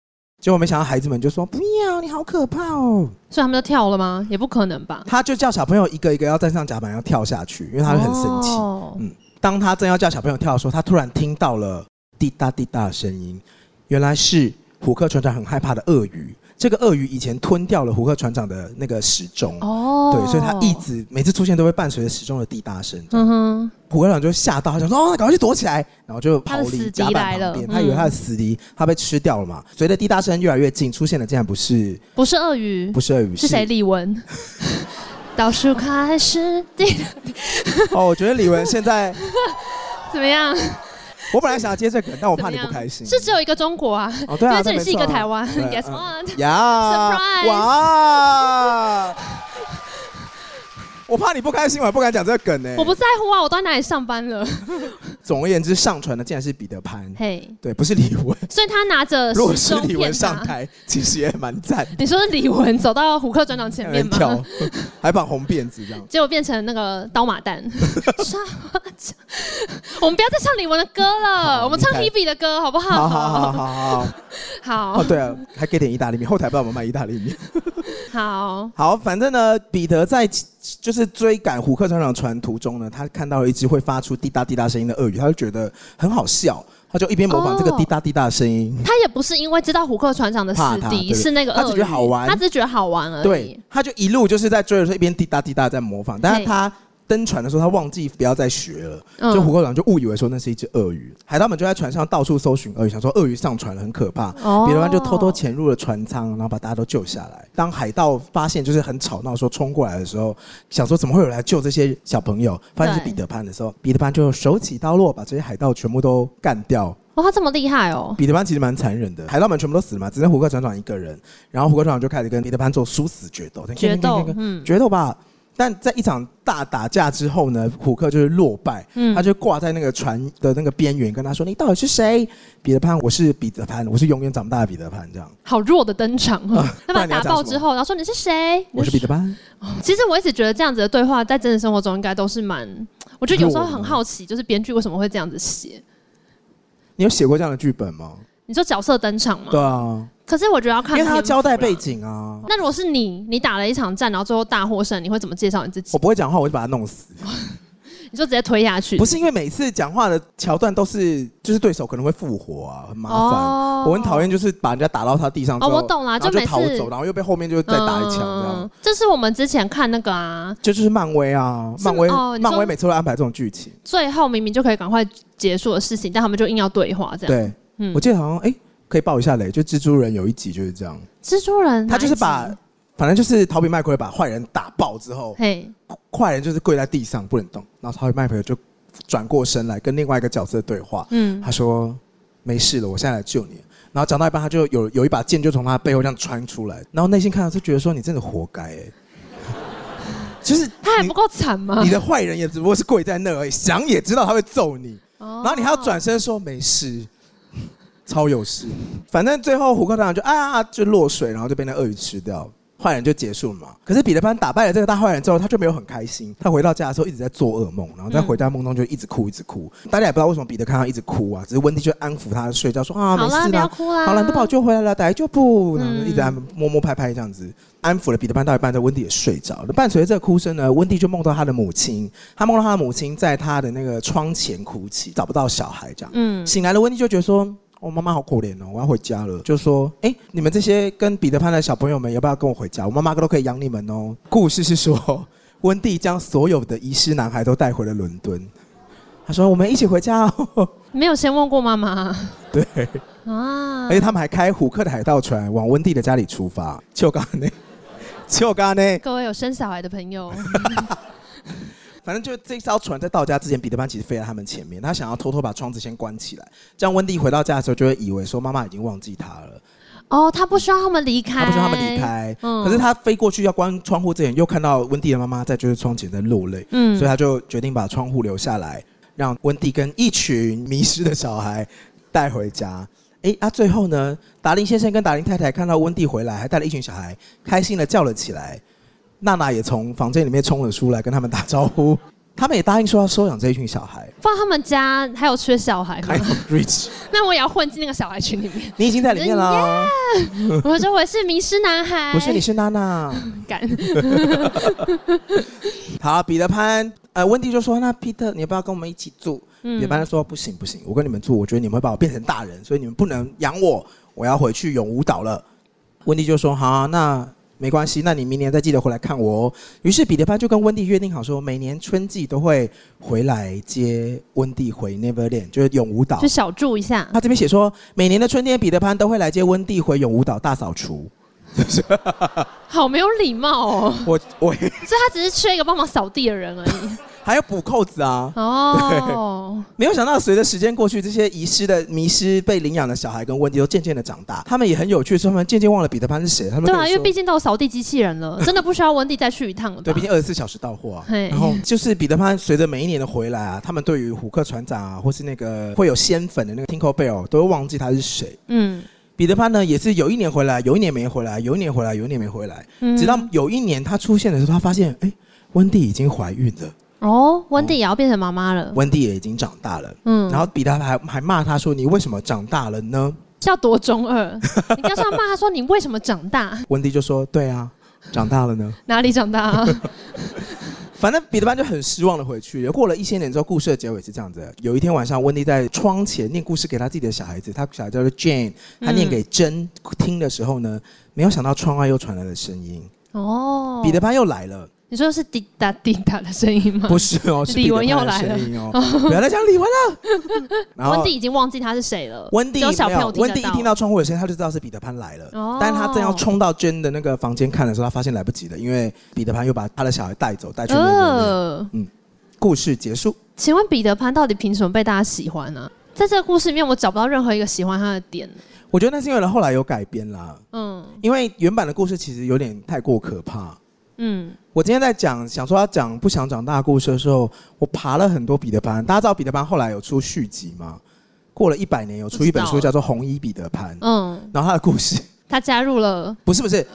Speaker 2: 结果没想到孩子们就说：“不要，你好可怕哦！”
Speaker 3: 所以他们就跳了吗？也不可能吧。
Speaker 2: 他就叫小朋友一个一个要站上甲板，要跳下去，因为他很生气。
Speaker 3: 哦
Speaker 2: 嗯当他正要叫小朋友跳的时候，他突然听到了滴答滴答的声音，原来是虎克船长很害怕的鳄鱼。这个鳄鱼以前吞掉了虎克船长的那个时钟，
Speaker 3: 哦
Speaker 2: 嗯对，所以他一，直每次出现都会伴随着时钟的滴答声。
Speaker 3: 嗯哼，
Speaker 2: 虎克船长就吓到，他想说：“哦，赶快去躲起来！”然后就
Speaker 3: 他
Speaker 2: 逃
Speaker 3: 的死
Speaker 2: 离
Speaker 3: 敌
Speaker 2: 甲板
Speaker 3: 来了
Speaker 2: 旁边。他以为他的死敌，他被吃掉了嘛。随着滴答声越来越近，出现的竟然不是
Speaker 3: 不是鳄鱼，
Speaker 2: 不是鳄鱼，
Speaker 3: 是谁？李玟。 倒数开始，
Speaker 2: 哦，我觉得李玟现在，
Speaker 3: 怎么样？
Speaker 2: 我本来想要接这个，但我怕你
Speaker 3: 怎
Speaker 2: 不
Speaker 3: 么样
Speaker 2: 开心。
Speaker 3: 是只有一个中国啊，
Speaker 2: 哦，嗯对
Speaker 3: 因
Speaker 2: 啊，
Speaker 3: 为这里是一个台湾。
Speaker 2: 对
Speaker 3: Guess 哦
Speaker 2: 嗯
Speaker 3: what？
Speaker 2: 呀
Speaker 3: Surprise！
Speaker 2: 哇！我怕你不开心，我还不敢讲这个梗呢、
Speaker 3: 我不在乎啊，我都在哪里上班了。
Speaker 2: 总而言之，上传的竟然是彼得潘，
Speaker 3: 嘿，呃
Speaker 2: 对，不是李玟。
Speaker 3: 所以他拿着
Speaker 2: 如果
Speaker 3: 时
Speaker 2: 是
Speaker 3: 钟
Speaker 2: 李
Speaker 3: 骗
Speaker 2: 玟上
Speaker 3: 他。
Speaker 2: 台，其实也蛮赞，
Speaker 3: 你说是李玟走到胡克船长前
Speaker 2: 有
Speaker 3: 面
Speaker 2: 人
Speaker 3: 吗？
Speaker 2: 哎跳，还绑红辫子 这样。
Speaker 3: 结果变成那个刀马旦，刷花枪。 我们不要再唱李玟的歌了，
Speaker 2: 好
Speaker 3: 我们唱
Speaker 2: 你看
Speaker 3: Hebe 的歌好不
Speaker 2: 好
Speaker 3: 好？
Speaker 2: 好好好好好。
Speaker 3: 好
Speaker 2: 哦，对了，还给点意大利面，后台帮我们卖意大利面。
Speaker 3: 好
Speaker 2: 好，反正呢，彼得在就是追赶虎克船长的船途中呢，他看到了一只会发出滴答滴答声音的鳄鱼，他就觉得很好笑，他就一边模仿这个
Speaker 3: 哦
Speaker 2: 滴答滴答的声音，
Speaker 3: 他也不是因为知道胡克船长的
Speaker 2: 怕
Speaker 3: 死
Speaker 2: 他对
Speaker 3: 敌
Speaker 2: 对
Speaker 3: 是那个
Speaker 2: 他
Speaker 3: 鳄
Speaker 2: 只
Speaker 3: 鱼，
Speaker 2: 觉得好玩
Speaker 3: 他只是觉得好玩而已。
Speaker 2: 对，他就一路就是在追的时候一边滴答滴答在模仿，但是
Speaker 3: 嘿
Speaker 2: 他登船的时候他忘记不要再学了，
Speaker 3: 嗯
Speaker 2: 就胡克长就误以为说那是一只鳄鱼，海盗们就在船上到处搜寻鳄鱼，想说鳄鱼上船了很可怕。
Speaker 3: 哦
Speaker 2: 彼得潘就偷偷潜入了船舱，然后把大家都救下来。当海盗发现就是很吵闹，说冲过来的时候，想说怎么会有人来救这些小朋友？发现是
Speaker 3: 对
Speaker 2: 彼得潘的时候，彼得潘就手起刀落，把这些海盗全部都干掉。
Speaker 3: 哇，他这么厉害哦！
Speaker 2: 彼得潘其实蛮残忍的，海盗们全部都死了嘛，只剩胡克船长一个人。然后胡克船长就开始跟彼得潘做殊死决斗，
Speaker 3: 决
Speaker 2: 看
Speaker 3: 斗
Speaker 2: 看看看，
Speaker 3: 嗯
Speaker 2: 决斗吧。但在一场大打架之后呢，虎克就是落败，
Speaker 3: 嗯
Speaker 2: 他就挂在那个船的那个边缘，跟他说：“你到底是谁？”彼得潘，我是彼得潘，我是永远长不大的彼得潘，这样，
Speaker 3: 好弱的登场哦，他
Speaker 2: 啊不
Speaker 3: 把
Speaker 2: 然
Speaker 3: 他
Speaker 2: 你要
Speaker 3: 打
Speaker 2: 讲
Speaker 3: 爆
Speaker 2: 什么
Speaker 3: 之后，然后说你是谁？
Speaker 2: 我是彼得潘。
Speaker 3: 其实我一直觉得这样子的对话在真实生活中应该都是蛮，我觉得有时候很好奇，就是编剧为什么会这样子写？
Speaker 2: 你有写过这样的剧本吗？
Speaker 3: 你说角色登场吗
Speaker 2: 对？啊，
Speaker 3: 可是我觉得要看
Speaker 2: 因为他要
Speaker 3: 天赋
Speaker 2: 交代
Speaker 3: 啦
Speaker 2: 背。景啊。
Speaker 3: 那如果是你，你打了一场战，然后最后大获胜，你会怎么介绍你自己
Speaker 2: 我？不会讲话，我就把他弄 死。
Speaker 3: 你就直接推下去？
Speaker 2: 不是因为每次讲话的桥段都是，就是对手可能会复活啊，很麻烦。
Speaker 3: 哦
Speaker 2: 我很讨厌，就是把人家打到他地上之
Speaker 3: 哦，
Speaker 2: 后，
Speaker 3: 我懂啦，
Speaker 2: 然后就
Speaker 3: 每
Speaker 2: 逃
Speaker 3: 次
Speaker 2: 走，然后又被后面就再打一枪这样。
Speaker 3: 嗯这是我们之前看那个啊，
Speaker 2: 这就是漫威啊，
Speaker 3: 是吗
Speaker 2: 漫威，
Speaker 3: 哦你说
Speaker 2: 漫威每次都安排这种剧情。
Speaker 3: 最后明明就可以赶快结束的事情，但他们就硬要对话这样。
Speaker 2: 对，
Speaker 3: 嗯
Speaker 2: 我记得好像哎、可以爆一下雷，就蜘蛛人有一集就是这样，
Speaker 3: 蜘蛛人
Speaker 2: 他就是
Speaker 3: 哪一
Speaker 2: 把
Speaker 3: 集，
Speaker 2: 反正就是逃避麦奎尔把坏人打爆之后，
Speaker 3: 嘿，
Speaker 2: 坏人就是跪在地上不能动，然后逃避麦奎尔就转过身来跟另外一个角色对话，
Speaker 3: 嗯，
Speaker 2: 他说没事了，我现在来救你。然后讲到一半，他就有有一把剑就从他背后这样穿出来，然后内心看到就觉得说你真的活该哎、 就是
Speaker 3: 他还
Speaker 2: 你
Speaker 3: 不够惨吗
Speaker 2: 你？的坏人也只不过是跪在那而已，想也知道他会揍你，
Speaker 3: 然
Speaker 2: 然后你还要转身说没事，超有事。反正最后虎克船长就啊就落水，然后就被那鳄鱼吃掉，坏人就结束了嘛。可是彼得潘打败了这个大坏人之后，他就没有很开心。他回到家的时候一直在做噩梦，然后在回家梦中就一直哭一直哭。大家也不知道为什么彼得看他一直哭啊，只是温蒂就安抚他睡觉说啊没
Speaker 3: 好啦，
Speaker 2: 事
Speaker 3: 不要
Speaker 2: 啦。
Speaker 3: 哭啦，
Speaker 2: 好了，你都把我救回来了，打就不，然后就一直
Speaker 3: 嗯
Speaker 2: 安摸摸拍拍这样子，安抚了彼得潘到一半，这温蒂也睡着了。伴随着这个哭声呢，温蒂就梦到他的母亲，他梦到他的母亲在他的那个窗前哭泣，找不到小孩这样。
Speaker 3: 嗯，
Speaker 2: 醒来了，温蒂就觉得说：“我、妈妈好可怜哦，我要回家了。”就说：“哎、你们这些跟彼得潘的小朋友们，要不要跟我回家？我妈妈都可以养你们哦。”故事是说，温蒂将所有的遗失男孩都带回了伦敦。他说：“我们一起回家哦。
Speaker 3: 没有先问过妈妈”
Speaker 2: 对，
Speaker 3: 啊
Speaker 2: 而。且他们还开虎克的海盗船往温蒂的家里出发。就刚呢， 就刚呢，
Speaker 3: 各位有生小孩的 朋友，
Speaker 2: 反正就这艘船在到家之前，彼得潘其实飞在他们前面，他想要偷偷把窗子先关起来，这样温蒂回到家的时候就会以为说妈妈已经忘记他了。
Speaker 3: 哦，他不希望他们离开，
Speaker 2: 他不希望他们离，开。
Speaker 3: 嗯
Speaker 2: 可是他飞过去要关窗户之前，又看到温蒂的妈妈在就是窗前在落泪，
Speaker 3: 嗯
Speaker 2: 所以他就决定把窗户留下来，让温蒂跟一群迷失的小孩带回家。诶，啊，最后呢，达林先生跟达林太太看到温蒂回来，还带了一群小孩，开心的叫了起来。娜娜也从房间里面冲了出来，跟他们打招呼。 他们也答应说要收养这一群小孩。
Speaker 3: 放他们家还有缺小孩吗
Speaker 2: Kind？of rich，
Speaker 3: 那我也要混进那个小孩群里 面，
Speaker 2: 你已经在里面啦。
Speaker 3: 我说我是迷失男孩，
Speaker 2: 不是，你是娜娜。
Speaker 3: 敢，
Speaker 2: 好，彼得潘，呃，温蒂就说：“那彼得，你要不要跟我们一起住？”
Speaker 3: 嗯
Speaker 2: 彼得潘就说：“不行不行，我跟你们住，我觉得你们会把我变成大人，所以你们不能养我，我要回去永无岛了。”温蒂就说：“好啊、那没关系，那你明年再记得回来看我哦。”于是彼得潘就跟温蒂约定好说，每年春季都会回来接温蒂回 Neverland，就是永无岛
Speaker 3: 就。小住一下，
Speaker 2: 他这边写说，每年的春天，彼得潘都会来接温蒂回永无岛大扫除。
Speaker 3: 好没有礼貌哦。
Speaker 2: 我我
Speaker 3: 所以他只是缺一个帮忙扫地的人而已。
Speaker 2: 还要补扣子啊。
Speaker 3: 哦，
Speaker 2: 没有想到，随着时间过去，这些遗失的、迷失、被领养的小孩跟温蒂都渐渐的长大。他们也很有趣，是他们渐渐忘了彼得潘是谁。他们
Speaker 3: 对
Speaker 2: 跟
Speaker 3: 啊，
Speaker 2: 我
Speaker 3: 因为
Speaker 2: 说
Speaker 3: 毕竟都有扫地机器人了，真的不需要温蒂再去一趟了吧？
Speaker 2: 对，毕竟二十四小时到货啊。
Speaker 3: 嘿
Speaker 2: 然后就是彼得潘随着每一年的回来啊，他们对于虎克船长啊，或是那个会有仙粉的那个 Tinkle Bell，都会忘记他是谁。
Speaker 3: 嗯，
Speaker 2: 彼得潘呢，也是有一年回来，有一年没回来，有一年回来，有一年没回来。
Speaker 3: 嗯
Speaker 2: 直到有一年他出现的时候，他发现，哎，温蒂已经怀孕了，
Speaker 3: 哦，温蒂也要变成妈妈了。
Speaker 2: 哦温蒂也已经长大了。
Speaker 3: 嗯，
Speaker 2: 然后彼得潘还还骂他说：“你为什么长大了呢？”
Speaker 3: 要多中二， 你告诉他骂他说你为什么长大？
Speaker 2: 温蒂就说：“对啊，长大了呢。
Speaker 3: 哪里长大、啊？”
Speaker 2: 反正彼得潘就很失望的回去了。过了一些年之后，故事的结尾是这样子的：有一天晚上，温蒂在窗前念故事给他自己的小孩子，他小孩叫做 Jane，他
Speaker 3: 嗯
Speaker 2: 念给珍听的时候呢，没有想到窗外又传来了声音，
Speaker 3: 哦，
Speaker 2: 彼得潘又来了，
Speaker 3: 你说是滴答滴答的声音吗？
Speaker 2: 不是 哦，是
Speaker 3: 嗯李
Speaker 2: 彼得
Speaker 3: 玟又
Speaker 2: 潘的
Speaker 3: 来了
Speaker 2: 声 音哦，不要再讲李玟了。然
Speaker 3: 温
Speaker 2: 后
Speaker 3: 蒂已经忘记他是谁了。
Speaker 2: 温蒂
Speaker 3: 只有小朋友
Speaker 2: 温蒂一听
Speaker 3: 到，
Speaker 2: 到窗户有声音，他就知道是彼得潘来了。
Speaker 3: 哦
Speaker 2: 但是他正要冲到珍的那个房间看的时候，他发现来不及了，因为彼得潘又把他的小孩带走，带去那边。
Speaker 3: 呃，
Speaker 2: 故事结束。
Speaker 3: 请问彼得潘到底凭什么被大家喜欢呢、啊在这个故事里面，我找不到任何一个喜欢他的点。
Speaker 2: 我觉得那是因为后来有改编啦，
Speaker 3: 嗯
Speaker 2: 因为原版的故事其实有点太过可怕。
Speaker 3: 嗯，
Speaker 2: 我今天在讲想说要讲不想长大的故事的时候，我爬了很多彼得潘。大家知道彼得潘后来有出续集吗？过了一百年有出一本
Speaker 3: 不
Speaker 2: 书
Speaker 3: 知
Speaker 2: 叫
Speaker 3: 道
Speaker 2: 做《红衣彼得潘》，
Speaker 3: 嗯，
Speaker 2: 然后他的故事
Speaker 3: 他加入了
Speaker 2: 不是不是，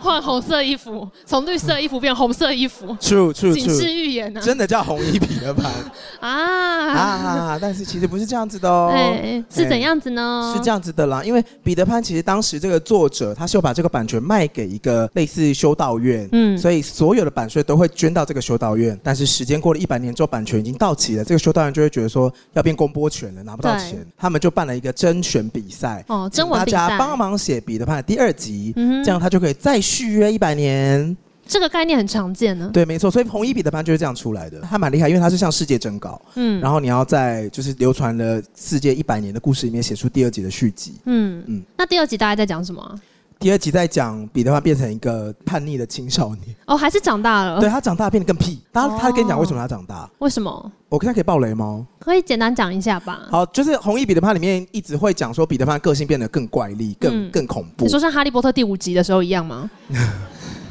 Speaker 3: 换红色衣服，从绿色衣服变红色衣服，
Speaker 2: true true
Speaker 3: 警示
Speaker 2: true，
Speaker 3: 预言呢、
Speaker 2: 真的叫红衣彼得 潘
Speaker 3: 啊？
Speaker 2: 啊！但是其实不是这样子的哦。
Speaker 3: 哎，是
Speaker 2: 哎
Speaker 3: 怎样子呢？
Speaker 2: 是这样子的啦，因为彼得潘其实当时这个作者他是有把这个版权卖给一个类似修道院，
Speaker 3: 嗯
Speaker 2: 嗯，所以所有的版税都会捐到这个修道院。但是时间过了一百年之后，版权已经到期了，这个修道院就会觉得说要变公播权了，拿不到
Speaker 3: 对
Speaker 2: 钱，他们就办了一个甄选比赛，
Speaker 3: 哦，
Speaker 2: 请
Speaker 3: 征文
Speaker 2: 大
Speaker 3: 比赛
Speaker 2: 家，帮忙写彼得潘的第二集，
Speaker 3: 嗯哼
Speaker 2: 这样他就可以再续约一百年。
Speaker 3: 这个概念很常见呢。
Speaker 2: 对，没错，所以红衣彼得潘就是这样出来的，他蛮厉害，因为他是向世界征稿，
Speaker 3: 嗯
Speaker 2: 然后你要在就是流传了世界一百年的故事里面写出第二集的续集。
Speaker 3: 嗯嗯
Speaker 2: 嗯。
Speaker 3: 那第二集大概在讲什么啊？
Speaker 2: 第二集在讲彼得潘变成一个叛逆的青少年，
Speaker 3: 哦，哦还是长大了
Speaker 2: 对？他长大变得更屁。他
Speaker 3: 哦
Speaker 2: 他跟你讲为什么他长大，哦
Speaker 3: 为什么？
Speaker 2: 我现在可以爆雷吗？
Speaker 3: 可以简单讲一下吧。
Speaker 2: 好，就是《红衣彼得潘》里面一直会讲说彼得潘个性变得更怪力、更
Speaker 3: 嗯
Speaker 2: 更恐怖
Speaker 3: 你。说像《哈利波特》第五集的时候一样吗？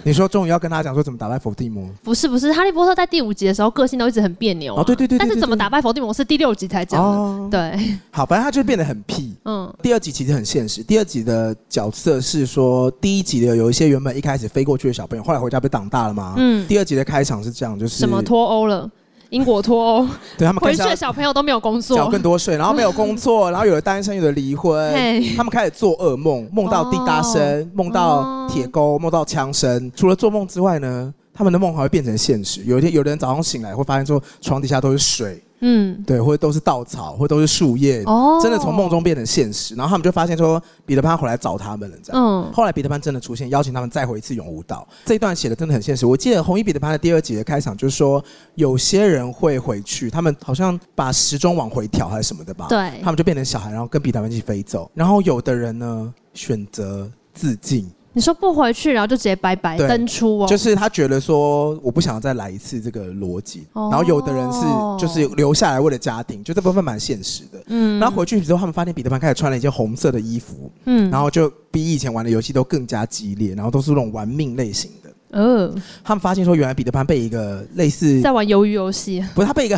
Speaker 2: 你说终于要跟他讲说怎么打败伏地魔，
Speaker 3: 不是不是，《哈利波特》在第五集的时候个性都一直很别扭啊。
Speaker 2: 哦对对对对
Speaker 3: 但是
Speaker 2: 对
Speaker 3: 怎么
Speaker 2: 对
Speaker 3: 打败伏地魔是第六集才讲的。
Speaker 2: 哦
Speaker 3: 对，
Speaker 2: 好，反正他就变得很屁。
Speaker 3: 嗯
Speaker 2: 第二集其实很现实，第二集的角色是说，第一集的有一些原本一开始飞过去的小朋友，后来回家不是长大了吗？
Speaker 3: 嗯，
Speaker 2: 第二集的开场是这样，就是
Speaker 3: 什么脱欧了？英国 脱欧，
Speaker 2: 对他们开
Speaker 3: 回
Speaker 2: 始
Speaker 3: 去
Speaker 2: 要
Speaker 3: 的小朋友都没有工
Speaker 2: 缴
Speaker 3: 作
Speaker 2: 更。多税，然后没有工作，然后有的单身，有的离婚
Speaker 3: 嘿，哦
Speaker 2: 他们开始做噩梦，梦到滴答声，梦到铁钩，梦到枪声。除了做梦之外呢，他们的梦还会变成现实。有一天，有的人早上醒来会发现说床底下都是水，
Speaker 3: 嗯，
Speaker 2: 对，或者都是稻草，或者都是树叶，
Speaker 3: 哦
Speaker 2: 真的从梦中变成现实。然后他们就发现说，彼得潘回来找他们了，这样。
Speaker 3: 嗯，
Speaker 2: 后来彼得潘真的出现，邀请他们再回一次永无岛。这一段写的真的很现实。我记得《红衣彼得潘》的第二集的开场就是说，有些人会回去，他们好像把时钟往回调还是什么的吧？
Speaker 3: 对
Speaker 2: 他们就变成小孩，然后跟彼得潘一起飞走。然后有的人呢选择自尽，
Speaker 3: 你说不回去，然后就直接拜拜
Speaker 2: 对
Speaker 3: 登出哦，
Speaker 2: 就是他觉得说我不想再来一次这个逻辑，
Speaker 3: 哦
Speaker 2: 然后有的人是就是留下来为了家庭，就这部分蛮现实的。
Speaker 3: 嗯
Speaker 2: 然后回去之后，他们发现彼得潘开始穿了一件红色的衣服，
Speaker 3: 嗯
Speaker 2: 然后就比以前玩的游戏都更加激烈，然后都是那种玩命类型的。
Speaker 3: 呃，
Speaker 2: 他们发现说，原来彼得潘被一个类似
Speaker 3: 在玩鱿鱼游戏
Speaker 2: 不是他被 一个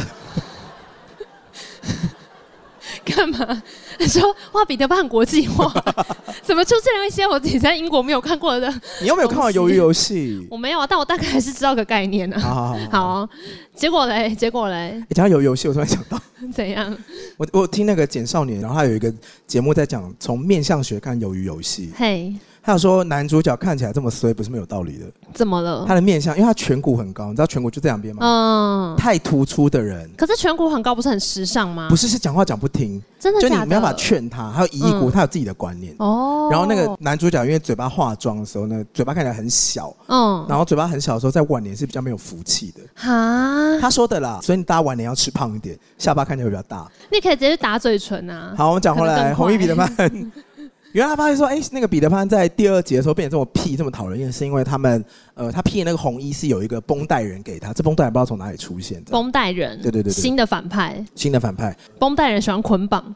Speaker 3: 干嘛？ 你说哇，彼得潘很国际化， 怎么出现了一些我自己在英国没有看过的？
Speaker 2: 你有没有看过《鱿鱼游戏
Speaker 3: 我没有啊，但我大概还是知道个概念》？啊。
Speaker 2: 好好好
Speaker 3: 好、结果嘞，结果嘞，
Speaker 2: 诶讲到鱿鱼游戏，我突然想到，
Speaker 3: 怎样？
Speaker 2: 我我听那个简少年，然后他有一个节目在讲从面相学看鱿鱼游戏，
Speaker 3: 嘿，
Speaker 2: 他有说男主角看起来这么衰不是没有道理的，
Speaker 3: 怎么了
Speaker 2: 他？的面相，因为他颧骨很高，你知道颧骨就这两边吗？
Speaker 3: 嗯，
Speaker 2: 太突出的人，
Speaker 3: 可是颧骨很高，不是很时尚吗？
Speaker 2: 不是是讲话讲不听，
Speaker 3: 真的
Speaker 2: 就
Speaker 3: 假
Speaker 2: 你
Speaker 3: 的？
Speaker 2: 没办法劝他，还有遗骨，
Speaker 3: 嗯
Speaker 2: 他有自己的观念。
Speaker 3: 哦。
Speaker 2: 然后那个，男主角因为嘴巴化妆的时候呢，嘴巴看起来很小，
Speaker 3: 嗯，
Speaker 2: 然后嘴巴很小的时候，在晚年是比较没有福气的。
Speaker 3: 哈，
Speaker 2: 他说的啦，所以你大家晚年要吃胖一点，下巴看起来会比较大。
Speaker 3: 你可以直接去打嘴唇啊。
Speaker 2: 好，我们讲回
Speaker 3: 可能
Speaker 2: 来，
Speaker 3: 更
Speaker 2: 红
Speaker 3: 快
Speaker 2: 衣彼得潘。 原来他发现说，哎、那个彼得潘在第二集的时候变得这么屁、这么讨人厌，是因为他们，呃，他披的那个红衣是有一个绷带人给他，这绷带人不知道从哪里出现的，
Speaker 3: 绷带人，
Speaker 2: 对对对对
Speaker 3: 新的反派，
Speaker 2: 新的反派，
Speaker 3: 绷带人喜欢捆绑。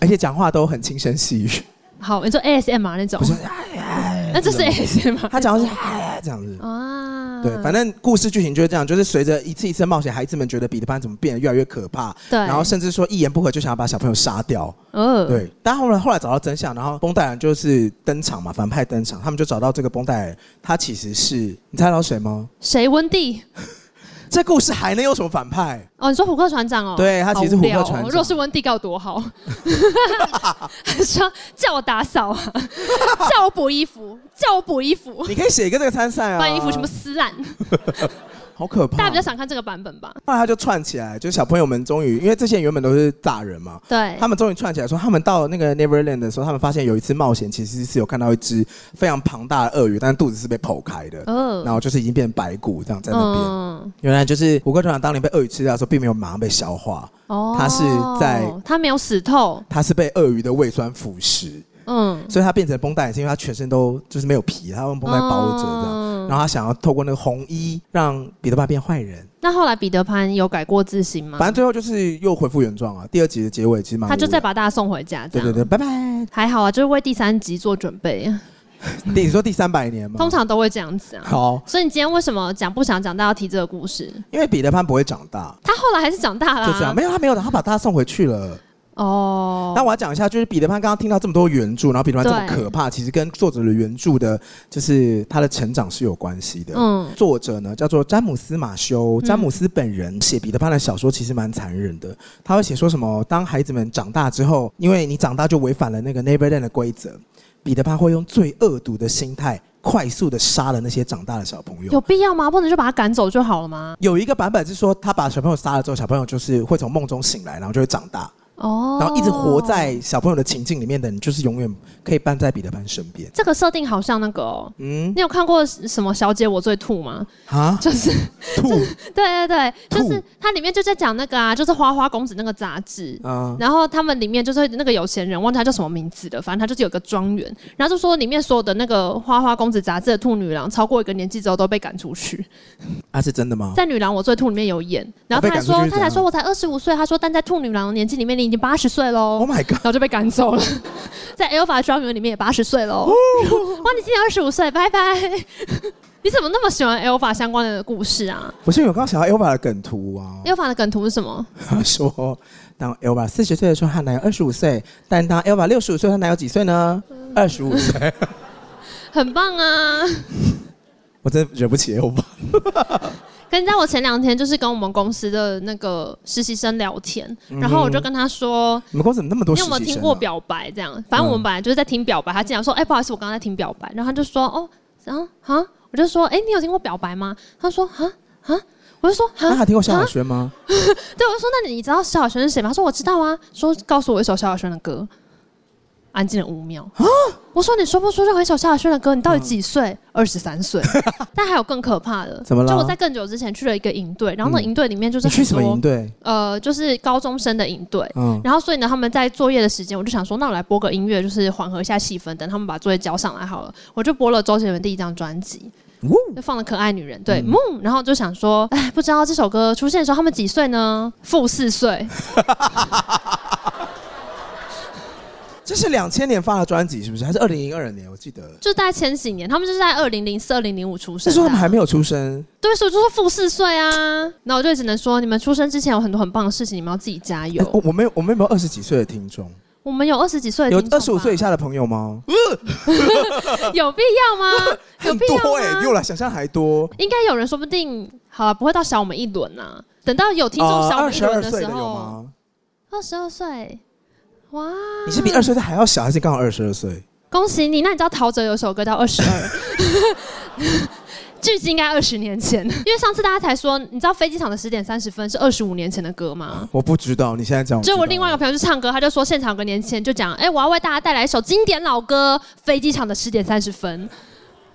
Speaker 2: 而且讲话都很轻声细语，
Speaker 3: 好，你说 ASMR 那种
Speaker 2: 不，是，哎哎
Speaker 3: 那这是 ASMR
Speaker 2: 他讲话是 哎哎这样子。
Speaker 3: 啊，
Speaker 2: 对，反正故事剧情就是这样，就是随着一次一次的冒险，孩子们觉得彼得潘怎么变得越来越可怕，
Speaker 3: 对，
Speaker 2: 然后甚至说一言不合就想要把小朋友杀掉。
Speaker 3: 呃，
Speaker 2: 对，但后来后来找到真相，然后绷带人就是登场嘛，反派登场，他们就找到这个绷带人，他其实是你猜到谁 吗？
Speaker 3: 谁温蒂？
Speaker 2: 这故事还能有什么反派？
Speaker 3: 哦，你说虎克船长哦？
Speaker 2: 对他其实是虎克船长
Speaker 3: 好无聊哦若是温蒂该有 多好，还说叫我打扫 啊，叫我补衣服，叫我补衣服，
Speaker 2: 你可以写一个这个参 赛啊，
Speaker 3: 把衣服全部撕烂。
Speaker 2: 好可怕。啊
Speaker 3: 大家比较想看这个版本 吧？
Speaker 2: 后来他就串起来，就是小朋友们终于，因为这些人原本都是大人嘛，
Speaker 3: 对
Speaker 2: 他，们终于串起来说，他们到那个 Neverland 的时候，他们发现有一次冒险，其实是有看到一只非常庞大的鳄鱼，但是肚子是被剖开的，
Speaker 3: 呃
Speaker 2: 然后就是已经变成白骨这样在那边。
Speaker 3: 嗯，
Speaker 2: 原来就是虎克船长当年被鳄鱼吃掉的时候，并没有马上被消化，
Speaker 3: 哦
Speaker 2: 他是在
Speaker 3: 他没有死透，
Speaker 2: 他是被鳄鱼的胃酸腐蚀，
Speaker 3: 嗯，
Speaker 2: 所以他变成绷带也是因为他全身都就是没有皮，他用绷带包着这样。
Speaker 3: 嗯
Speaker 2: 然后他想要透过那个红衣让彼得潘变坏人，
Speaker 3: 那后来彼得潘有改过自新吗
Speaker 2: 反？正最后就是又恢复原状啊。第二集的结尾其实蛮
Speaker 3: 嗯他就
Speaker 2: 无聊
Speaker 3: 再把大家送回家，这
Speaker 2: 对
Speaker 3: 样
Speaker 2: 对对，拜拜。
Speaker 3: 还好啊，就是为第三集做准
Speaker 2: 嗯
Speaker 3: 备，
Speaker 2: 你说第三百年吗？
Speaker 3: 通常都会这样子啊。
Speaker 2: 好，
Speaker 3: 所以你今天为什么讲不想讲，但要提这个故事？
Speaker 2: 因为彼得潘不会长大，
Speaker 3: 他后来还是长大了、啊
Speaker 2: 就这样。没有他没有的，他把大家送回去了。
Speaker 3: 哦
Speaker 2: 那，我要讲一下，就是彼得潘刚刚听到这么多原著，然后彼得潘这么
Speaker 3: 对
Speaker 2: 可怕，其实跟作者的原著的，就是他的成长是有关系的。
Speaker 3: 嗯，
Speaker 2: 作者呢叫做詹姆斯·马修，
Speaker 3: 嗯
Speaker 2: 詹姆斯本人写彼得潘的小说其实蛮残忍的，他会写说什么？当孩子们长大之后，因为你长大就违反了那个 Neverland 的规则，彼得潘会用最恶毒的心态，快速的杀了那些长大的小朋友。
Speaker 3: 有必要吗？不能就把他赶走就好了吗？
Speaker 2: 有一个版本是说，他把小朋友杀了之后，小朋友就是会从梦中醒来，然后就会长大，
Speaker 3: 哦，
Speaker 2: 然后一直活在小朋友的情境里面的，你就是永远可以伴在彼得潘身边。
Speaker 3: 这个设定好像那个、哦。
Speaker 2: 嗯
Speaker 3: 你有看过什么《小姐我最吐》吗？
Speaker 2: 啊，
Speaker 3: 就是
Speaker 2: 吐
Speaker 3: 对对对，就
Speaker 2: 吐
Speaker 3: 是它里面就在讲那个啊，就是《花花公子》那个杂志，
Speaker 2: 啊，
Speaker 3: 然后他们里面就是那个有钱人，忘记他叫什么名字了，反正他就是有个庄园，然后就说里面所有的那个《花花公子》杂志的兔女郎，超过一个年纪之后都被赶 出去。
Speaker 2: 啊是真的吗？
Speaker 3: 在《女郎我最兔》里面有演，然后他还说
Speaker 2: 啊被赶出去是怎样
Speaker 3: 他才说我才二十五岁，他说但在兔女郎的年纪里面你已经八十岁喽
Speaker 2: Oh my god！
Speaker 3: 然后就被赶走了。 在 Alpha 庄园里面也八十岁
Speaker 2: 哦
Speaker 3: 喽， 哇，你今年二十五岁，拜拜。 你怎么那么喜欢 Alpha 相关的故事啊
Speaker 2: 不是，我刚刚想到 Elva 的梗图啊，
Speaker 3: ？Alpha 的梗图是什么？
Speaker 2: 他说，当 Elva 四十岁的时候，她男友二十五岁；但当 Elva 六十五岁，她男友几岁呢？二十五
Speaker 3: 嗯
Speaker 2: 岁。
Speaker 3: 很棒啊！
Speaker 2: 我真的惹不起 Elva。
Speaker 3: 跟你知道我前两天就是跟我们公司的那个实习生聊天，然后我就跟他说。
Speaker 2: 你们公司怎么那么多嗯
Speaker 3: 你
Speaker 2: 实
Speaker 3: 有
Speaker 2: 习
Speaker 3: 没有
Speaker 2: 生、啊？
Speaker 3: 听过表白？这样，反正我们本来就是在听表白，他竟然说：“哎、不好意思，我刚刚在听表白。”然后他就说：“哦，啊啊！”我就说：“哎、你有听过表白吗？”他说：“啊啊！”我就说：“
Speaker 2: 那
Speaker 3: 啊
Speaker 2: 还听过萧亚轩吗？
Speaker 3: 对，我就说：“那你知道萧亚轩是谁吗？”他说：“我知道啊。”说：“告诉我一首萧亚轩的歌。”安静了五秒。我说你说不出任何小萧亚轩的歌，你
Speaker 2: 嗯
Speaker 3: 到底几岁？二十 三岁。但还有更可怕的，
Speaker 2: 怎么了
Speaker 3: 就我在更久之前去了一个营队，然后那
Speaker 2: 嗯
Speaker 3: 营队里面就是
Speaker 2: 你去
Speaker 3: 很
Speaker 2: 什么
Speaker 3: 多
Speaker 2: 营队？
Speaker 3: 呃，就是高中生的营队。
Speaker 2: 嗯，
Speaker 3: 然后，所以呢，他们在作业的时间，我就想说，那我来播个音乐，就是缓和一下气氛，等他们把作业交上来好了。我就播了周杰伦第一张专辑，
Speaker 2: 呜
Speaker 3: 就放了《可爱女人》对，嗯，然后就想说，哎，不知道这首歌出现的时候，他们几岁呢？负四岁，
Speaker 2: 这是两千年发的专辑是不是？还是二零零二年？我记得
Speaker 3: 就大概前几年，他们就是在二零零四、二零零五出生
Speaker 2: 那
Speaker 3: 的啊。
Speaker 2: 时候他们还没有出生。
Speaker 3: 对，所以我就说负四岁啊。那我就只能说，你们出生之前有很多很棒的事情，你们要自己加油。
Speaker 2: 哎我我们有我们有没有二十几岁的听众？
Speaker 3: 我们有二十几岁的
Speaker 2: 有
Speaker 3: 听众
Speaker 2: 二
Speaker 3: 吧，
Speaker 2: 十五岁以下的朋友吗？
Speaker 3: 有必要吗？有
Speaker 2: 很
Speaker 3: 必
Speaker 2: 多
Speaker 3: 要
Speaker 2: 哎、
Speaker 3: 吗
Speaker 2: 比？我来想象还多。
Speaker 3: 应该有人说不定好了，不会到小我们一轮呐、等到有听众小我
Speaker 2: 二
Speaker 3: 们一
Speaker 2: 十
Speaker 3: 轮
Speaker 2: 啊二
Speaker 3: 的
Speaker 2: 岁
Speaker 3: 时
Speaker 2: 的有
Speaker 3: 候，
Speaker 2: 吗？
Speaker 3: 二十二岁，哇！
Speaker 2: 你是比二十岁的还要小，还是刚好二十二岁？
Speaker 3: 恭喜你！那你知道陶喆有首歌叫《二十二》， 距今应该二十年前，因为上次大家才说，你知道飞机场的十点三十分是二十五年前的歌吗？
Speaker 2: 我不知道，你现在讲。
Speaker 3: 就我另外一
Speaker 2: 一
Speaker 3: 个
Speaker 2: 个，
Speaker 3: 朋友去唱歌，他就说现场有个年轻人就讲，哎、我要为大家带来一首经典老歌《飞机场的十点三十分》。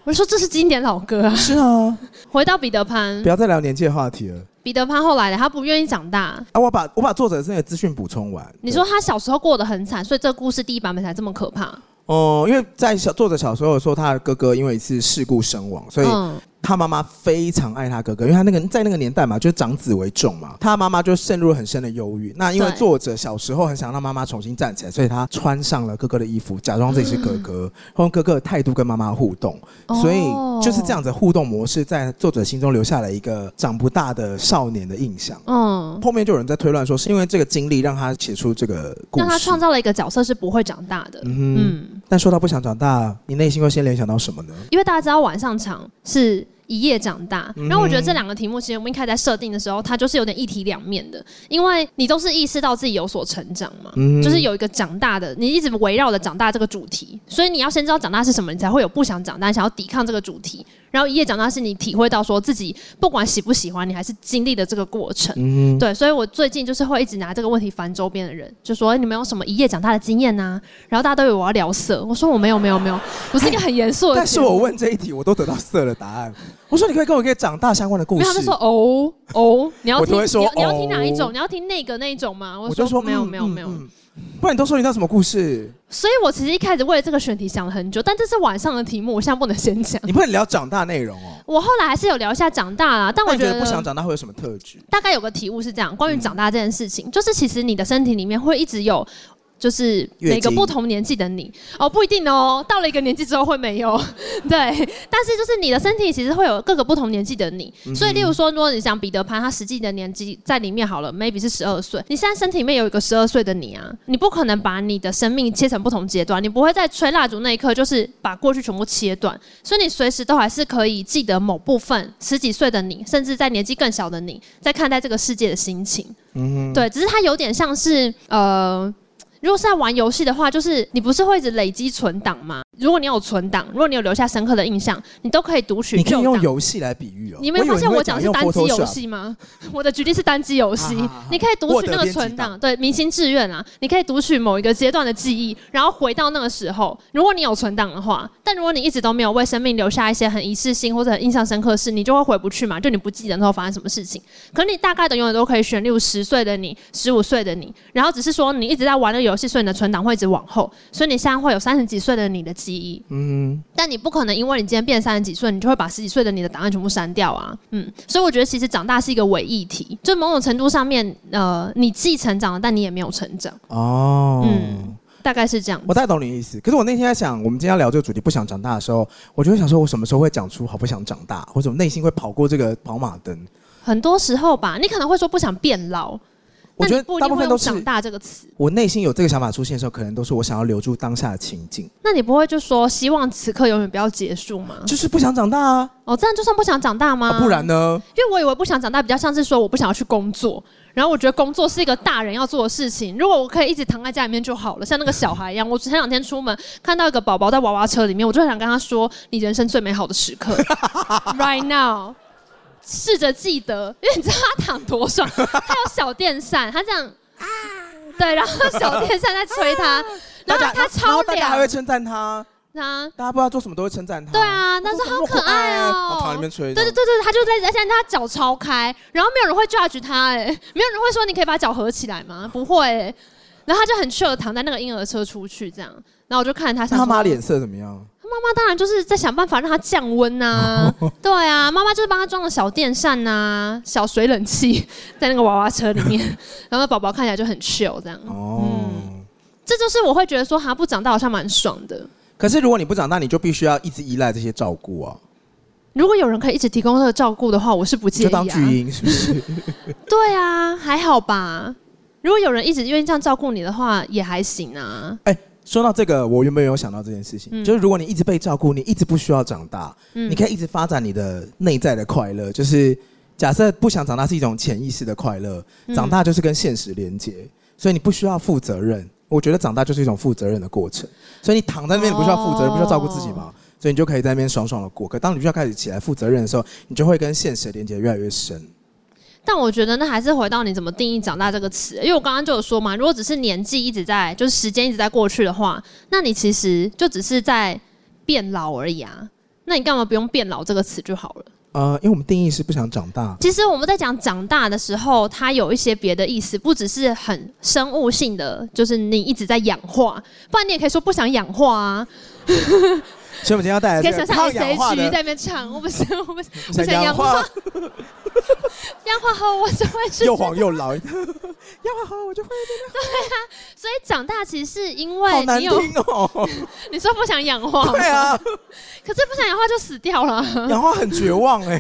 Speaker 3: 我就说这是经典老歌啊！
Speaker 2: 是啊，
Speaker 3: 回到彼得潘
Speaker 2: 不，要再聊年纪的话题了。
Speaker 3: 彼得潘后来呢，他不愿意长大，
Speaker 2: 啊，我把我把作者这个资讯补充完。
Speaker 3: 你说他小时候过得很惨，所以这个故事第一版本才这么可怕。
Speaker 2: 哦、因为在小作者小时候的时候，他的哥哥因为一次事故身亡，所以
Speaker 3: 嗯，
Speaker 2: 他妈妈非常爱他哥哥，因为他那个在那个年代嘛，就是长子为重嘛，他妈妈就陷入了很深的忧郁。那因为
Speaker 3: 对
Speaker 2: 作者小时候很想让妈妈重新站起来，所以他穿上了哥哥的衣服，假装自己是哥
Speaker 3: 嗯
Speaker 2: 哥，用哥哥的态度跟妈妈互动。所以就是这样子的互动模式，在作者心中留下了一个长不大的少年的印象。
Speaker 3: 哦。嗯，
Speaker 2: 后面就有人在推断说，是因为这个经历让他写出这个故
Speaker 3: 让他
Speaker 2: 事
Speaker 3: 创。造了一个角色是不会长大的。
Speaker 2: 嗯
Speaker 3: 嗯，
Speaker 2: 但说到不想长大，你内心会先联想到什么呢？
Speaker 3: 因为大家知道晚上场是。一夜长大，
Speaker 2: 嗯哼
Speaker 3: 然后我觉得这两个题目，其实我们一开始在设定的时候，它就是有点一体两面的，因为你都是意识到自己有所成长嘛，
Speaker 2: 嗯
Speaker 3: 就是有一个长大的，你一直围绕着长大这个主题，所以你要先知道长大是什么，你才会有不想长大，想要抵抗这个主题。然后一夜长大是你体会到说自己不管喜不喜欢，你还是经历的这个过程。
Speaker 2: 嗯，
Speaker 3: 对，所以我最近就是会一直拿这个问题烦周边的人，就说、哎你们有什么一夜长大的经验呐、然后大家都以为我要聊色，我说我没有没有没有，我是一个很严肃的节
Speaker 2: 哎
Speaker 3: 目。
Speaker 2: 但是我问这一题，我都得到色的答案。我说你可以跟我一个长大相关的故
Speaker 3: 没有，
Speaker 2: 事
Speaker 3: 他们。说哦哦，你要
Speaker 2: 我
Speaker 3: 听
Speaker 2: 都会说
Speaker 3: 你要你要听哪一
Speaker 2: 哦
Speaker 3: 种？你要听那个那一种吗？我
Speaker 2: 就说
Speaker 3: 没有
Speaker 2: 嗯
Speaker 3: 没有
Speaker 2: 嗯
Speaker 3: 没有。
Speaker 2: 嗯不然你都说你到什么故事？
Speaker 3: 所以我其实一开始为了这个选题想了很久，但这是晚上的题目，我现在不能先讲。
Speaker 2: 你不能聊长大内容哦。
Speaker 3: 我后来还是有聊一下长大啦，但
Speaker 2: 那
Speaker 3: 我
Speaker 2: 你
Speaker 3: 觉
Speaker 2: 觉
Speaker 3: 得
Speaker 2: 得不想长大会有什么特质？
Speaker 3: 大概有个体悟是这样，
Speaker 2: 嗯
Speaker 3: 关于长大这件事情，就是其实你的身体里面会一直有。就是
Speaker 2: 月
Speaker 3: 每个
Speaker 2: 经
Speaker 3: 不同年纪的你哦，不一定哦，到了一个年纪之后会没有， 对。但是就是你的身体其实会有各个不同年纪的你，
Speaker 2: 嗯
Speaker 3: 所以例如说，如果你想彼得潘，他实际的年纪在里面好了，maybe 是十二岁，你现在身体里面有一个十二岁的你啊，你不可能把你的生命切成不同阶段，你不会在吹蜡烛那一刻就是把过去全部切断，所以你随时都还是可以记得某部分十几岁的你，甚至在年纪更小的你，在看待这个世界的心情。
Speaker 2: 嗯，
Speaker 3: 对，只是它有点像是呃。如果是在玩游戏的话，就是你不是会一直累积存档吗？如果你有存档，如果你有留下深刻的印象，你都可以读取
Speaker 2: 你可
Speaker 3: 旧
Speaker 2: 以用
Speaker 3: 档。
Speaker 2: 游戏来比喻哦。
Speaker 3: 你没有发现我讲的是单机游
Speaker 2: 游？
Speaker 3: 戏吗？ 我的举例是单机游戏
Speaker 2: 啊啊啊啊，
Speaker 3: 你可以读
Speaker 2: 获
Speaker 3: 取
Speaker 2: 得
Speaker 3: 那个
Speaker 2: 编辑
Speaker 3: 存档，
Speaker 2: 档
Speaker 3: 对，明星志愿啊，你可以读取某一个阶段的记忆，然后回到那个时候。如果你有存档的话，但如果你一直都没有为生命留下一些很一次性或者很印象深刻的事，你就会回不去嘛，就你不记得那时候发生什么事情。可你大概的永远都可以选，例如十岁的你、十五岁的你，然后只是说你一直在玩那个游戏，所以你的存档会一直往后，所以你现在会有三十几岁的你的记忆。
Speaker 2: 嗯，
Speaker 3: 但你不可能因为你今天变三十几岁，你就会把十几岁的你的档案全部删掉啊。嗯，所以我觉得其实长大是一个伪议题，就某种程度上面，呃，你既成长了，但你也没有成长，
Speaker 2: 哦，
Speaker 3: 嗯大概是这样。
Speaker 2: 我大概懂你意思。可是我那天在想，我们今天要聊这个主题不想长大的时候，我就会想说，我什么时候会讲出好不想长大，或者我内心会跑过这个跑马灯？
Speaker 3: 很多时候吧，你可能会说不想变老，
Speaker 2: 我
Speaker 3: 那
Speaker 2: 觉
Speaker 3: 你
Speaker 2: 得
Speaker 3: 不一
Speaker 2: 大
Speaker 3: 定
Speaker 2: 部
Speaker 3: 会
Speaker 2: 分都
Speaker 3: 用
Speaker 2: 是
Speaker 3: 长大这个词。
Speaker 2: 我内心有这个想法出现的时候，可能都是我想要留住当下的情境，
Speaker 3: 那你不会就说希望此刻永远不要结束吗？
Speaker 2: 就是不想长大啊，
Speaker 3: 哦，这样就算不想长大吗？
Speaker 2: 啊不然呢？
Speaker 3: 因为我以为不想长大比较像是说我不想要去工作，然后我觉得工作是一个大人要做的事情。如果我可以一直躺在家里面就好了，像那个小孩一样。我前两天出门看到一个宝宝在娃娃车里面，我就很想跟他说：“你人生最美好的时刻 ，right now。”试着记得，因为你知道他躺多爽，他有小电扇，他这样。啊，对，然后手电扇在吹他，
Speaker 2: 大
Speaker 3: 然后
Speaker 2: 家
Speaker 3: 他
Speaker 2: 然
Speaker 3: 超
Speaker 2: 后大家还会
Speaker 3: 凉，
Speaker 2: 称赞他，
Speaker 3: 啊，
Speaker 2: 大家不知道做什么都会称赞他。
Speaker 3: 对啊但是
Speaker 2: 啊他
Speaker 3: 好可爱哦
Speaker 2: 躺在那边吹。
Speaker 3: 对对对对，他就在在现在他脚超开，然后没有人会 judge 他、哎，没有人会说你可以把脚合起来吗？不会、哎然后他就很 chill 地躺在那个婴儿车出去这样，然后我就看他，
Speaker 2: 那
Speaker 3: 想
Speaker 2: 他
Speaker 3: 说
Speaker 2: 妈脸色怎么样？
Speaker 3: 他妈妈当然就是在想办法让他降 温呐、对啊，妈妈就是帮他装了小电扇呐、小水冷气在那个娃娃车里 面，然后宝宝看起来就很 chill 这样，
Speaker 2: 哦。
Speaker 3: 这就是我会觉得说他不长大好像蛮爽的。
Speaker 2: 可是如果你不长大，你就必须要一直依赖这些照顾啊，
Speaker 3: 如果有人可以一直提供这个照顾的话，我是不
Speaker 2: 你
Speaker 3: 介
Speaker 2: 就
Speaker 3: 意啊
Speaker 2: 当。巨婴是不是？
Speaker 3: 对啊，还好吧。如果有人一直愿意这样照顾你的话，也还行啊。
Speaker 2: 说到这个，我原本有想到这件事情，
Speaker 3: 嗯
Speaker 2: 就是如果你一直被照顾，你一直不需要长大，你可以一直发展你的内在的快乐。就是假设不想长大是一种潜意识的快乐，
Speaker 3: 嗯
Speaker 2: 长大就是跟现实连接，所以你不需要负责任。我觉得长大就是一种负责任的过程，所以你躺在那边你不需要负责任，
Speaker 3: 哦
Speaker 2: 不需要照顾自己嘛，所以你就可以在那边爽爽的过。可当你需要开始起来负责任的时候，你就会跟现实的连接越来越深。
Speaker 3: 但我觉得那还是回到你怎么定义“长大”这个词，因为我刚刚就有说嘛，如果只是年纪一直在，就是时间一直在过去的话，那你其实就只是在变老而已啊。那你干嘛不用“变老”这个词就好了？
Speaker 2: 呃，因为我们定义是不想长大，
Speaker 3: 其实我们在讲长大的时候，它有一些别的意思，不只是很生物性的，就是你一直在氧化，不然你也可以说不想氧化啊。
Speaker 2: 所以我们今天要带来这
Speaker 3: 可以
Speaker 2: 个
Speaker 3: 想象
Speaker 2: 抗氧
Speaker 3: S
Speaker 2: 化
Speaker 3: H
Speaker 2: 的
Speaker 3: E 在那边唱，我不是，我不是，我
Speaker 2: 想
Speaker 3: 想
Speaker 2: 氧
Speaker 3: 氧
Speaker 2: 化
Speaker 3: 化，氧化后我就会是
Speaker 2: 又黄又 老，要不好我就会
Speaker 3: 所以长大其实是因
Speaker 2: 好
Speaker 3: 为
Speaker 2: 难
Speaker 3: 你有
Speaker 2: 听哦。
Speaker 3: 你说不想氧化，
Speaker 2: 对，啊，
Speaker 3: 可是不想氧化就死掉了。
Speaker 2: 氧化很绝望哎、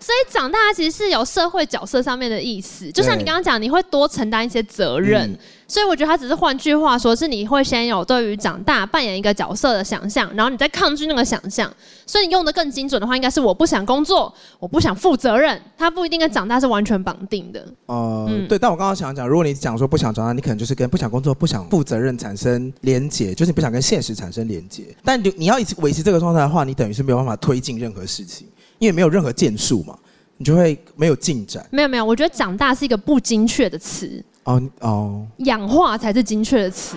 Speaker 3: 所以长大其实是有社会角色上面的意思，就像
Speaker 2: 对
Speaker 3: 你刚刚讲，你会多承担一些责任。
Speaker 2: 嗯
Speaker 3: 所以我觉得他只是换句话说，是你会先有对于长大扮演一个角色的想象，然后你再抗拒那个想象。所以你用的更精准的话，应该是我不想工作，我不想负责任，它不一定跟长大是完全绑定的。
Speaker 2: 呃，
Speaker 3: 嗯
Speaker 2: 对，但我刚刚想讲，如果你讲说不想长大，你可能就是跟不想工作、不想负责任产生连结，就是你不想跟现实产生连结。但你你要一直维持这个状态的话，你等于是没有办法推进任何事情，因为没有任何建树嘛，你就会没有进展。
Speaker 3: 没有没有，我觉得长大是一个不精确的词，
Speaker 2: 哦你哦，
Speaker 3: 氧化才是精确的词，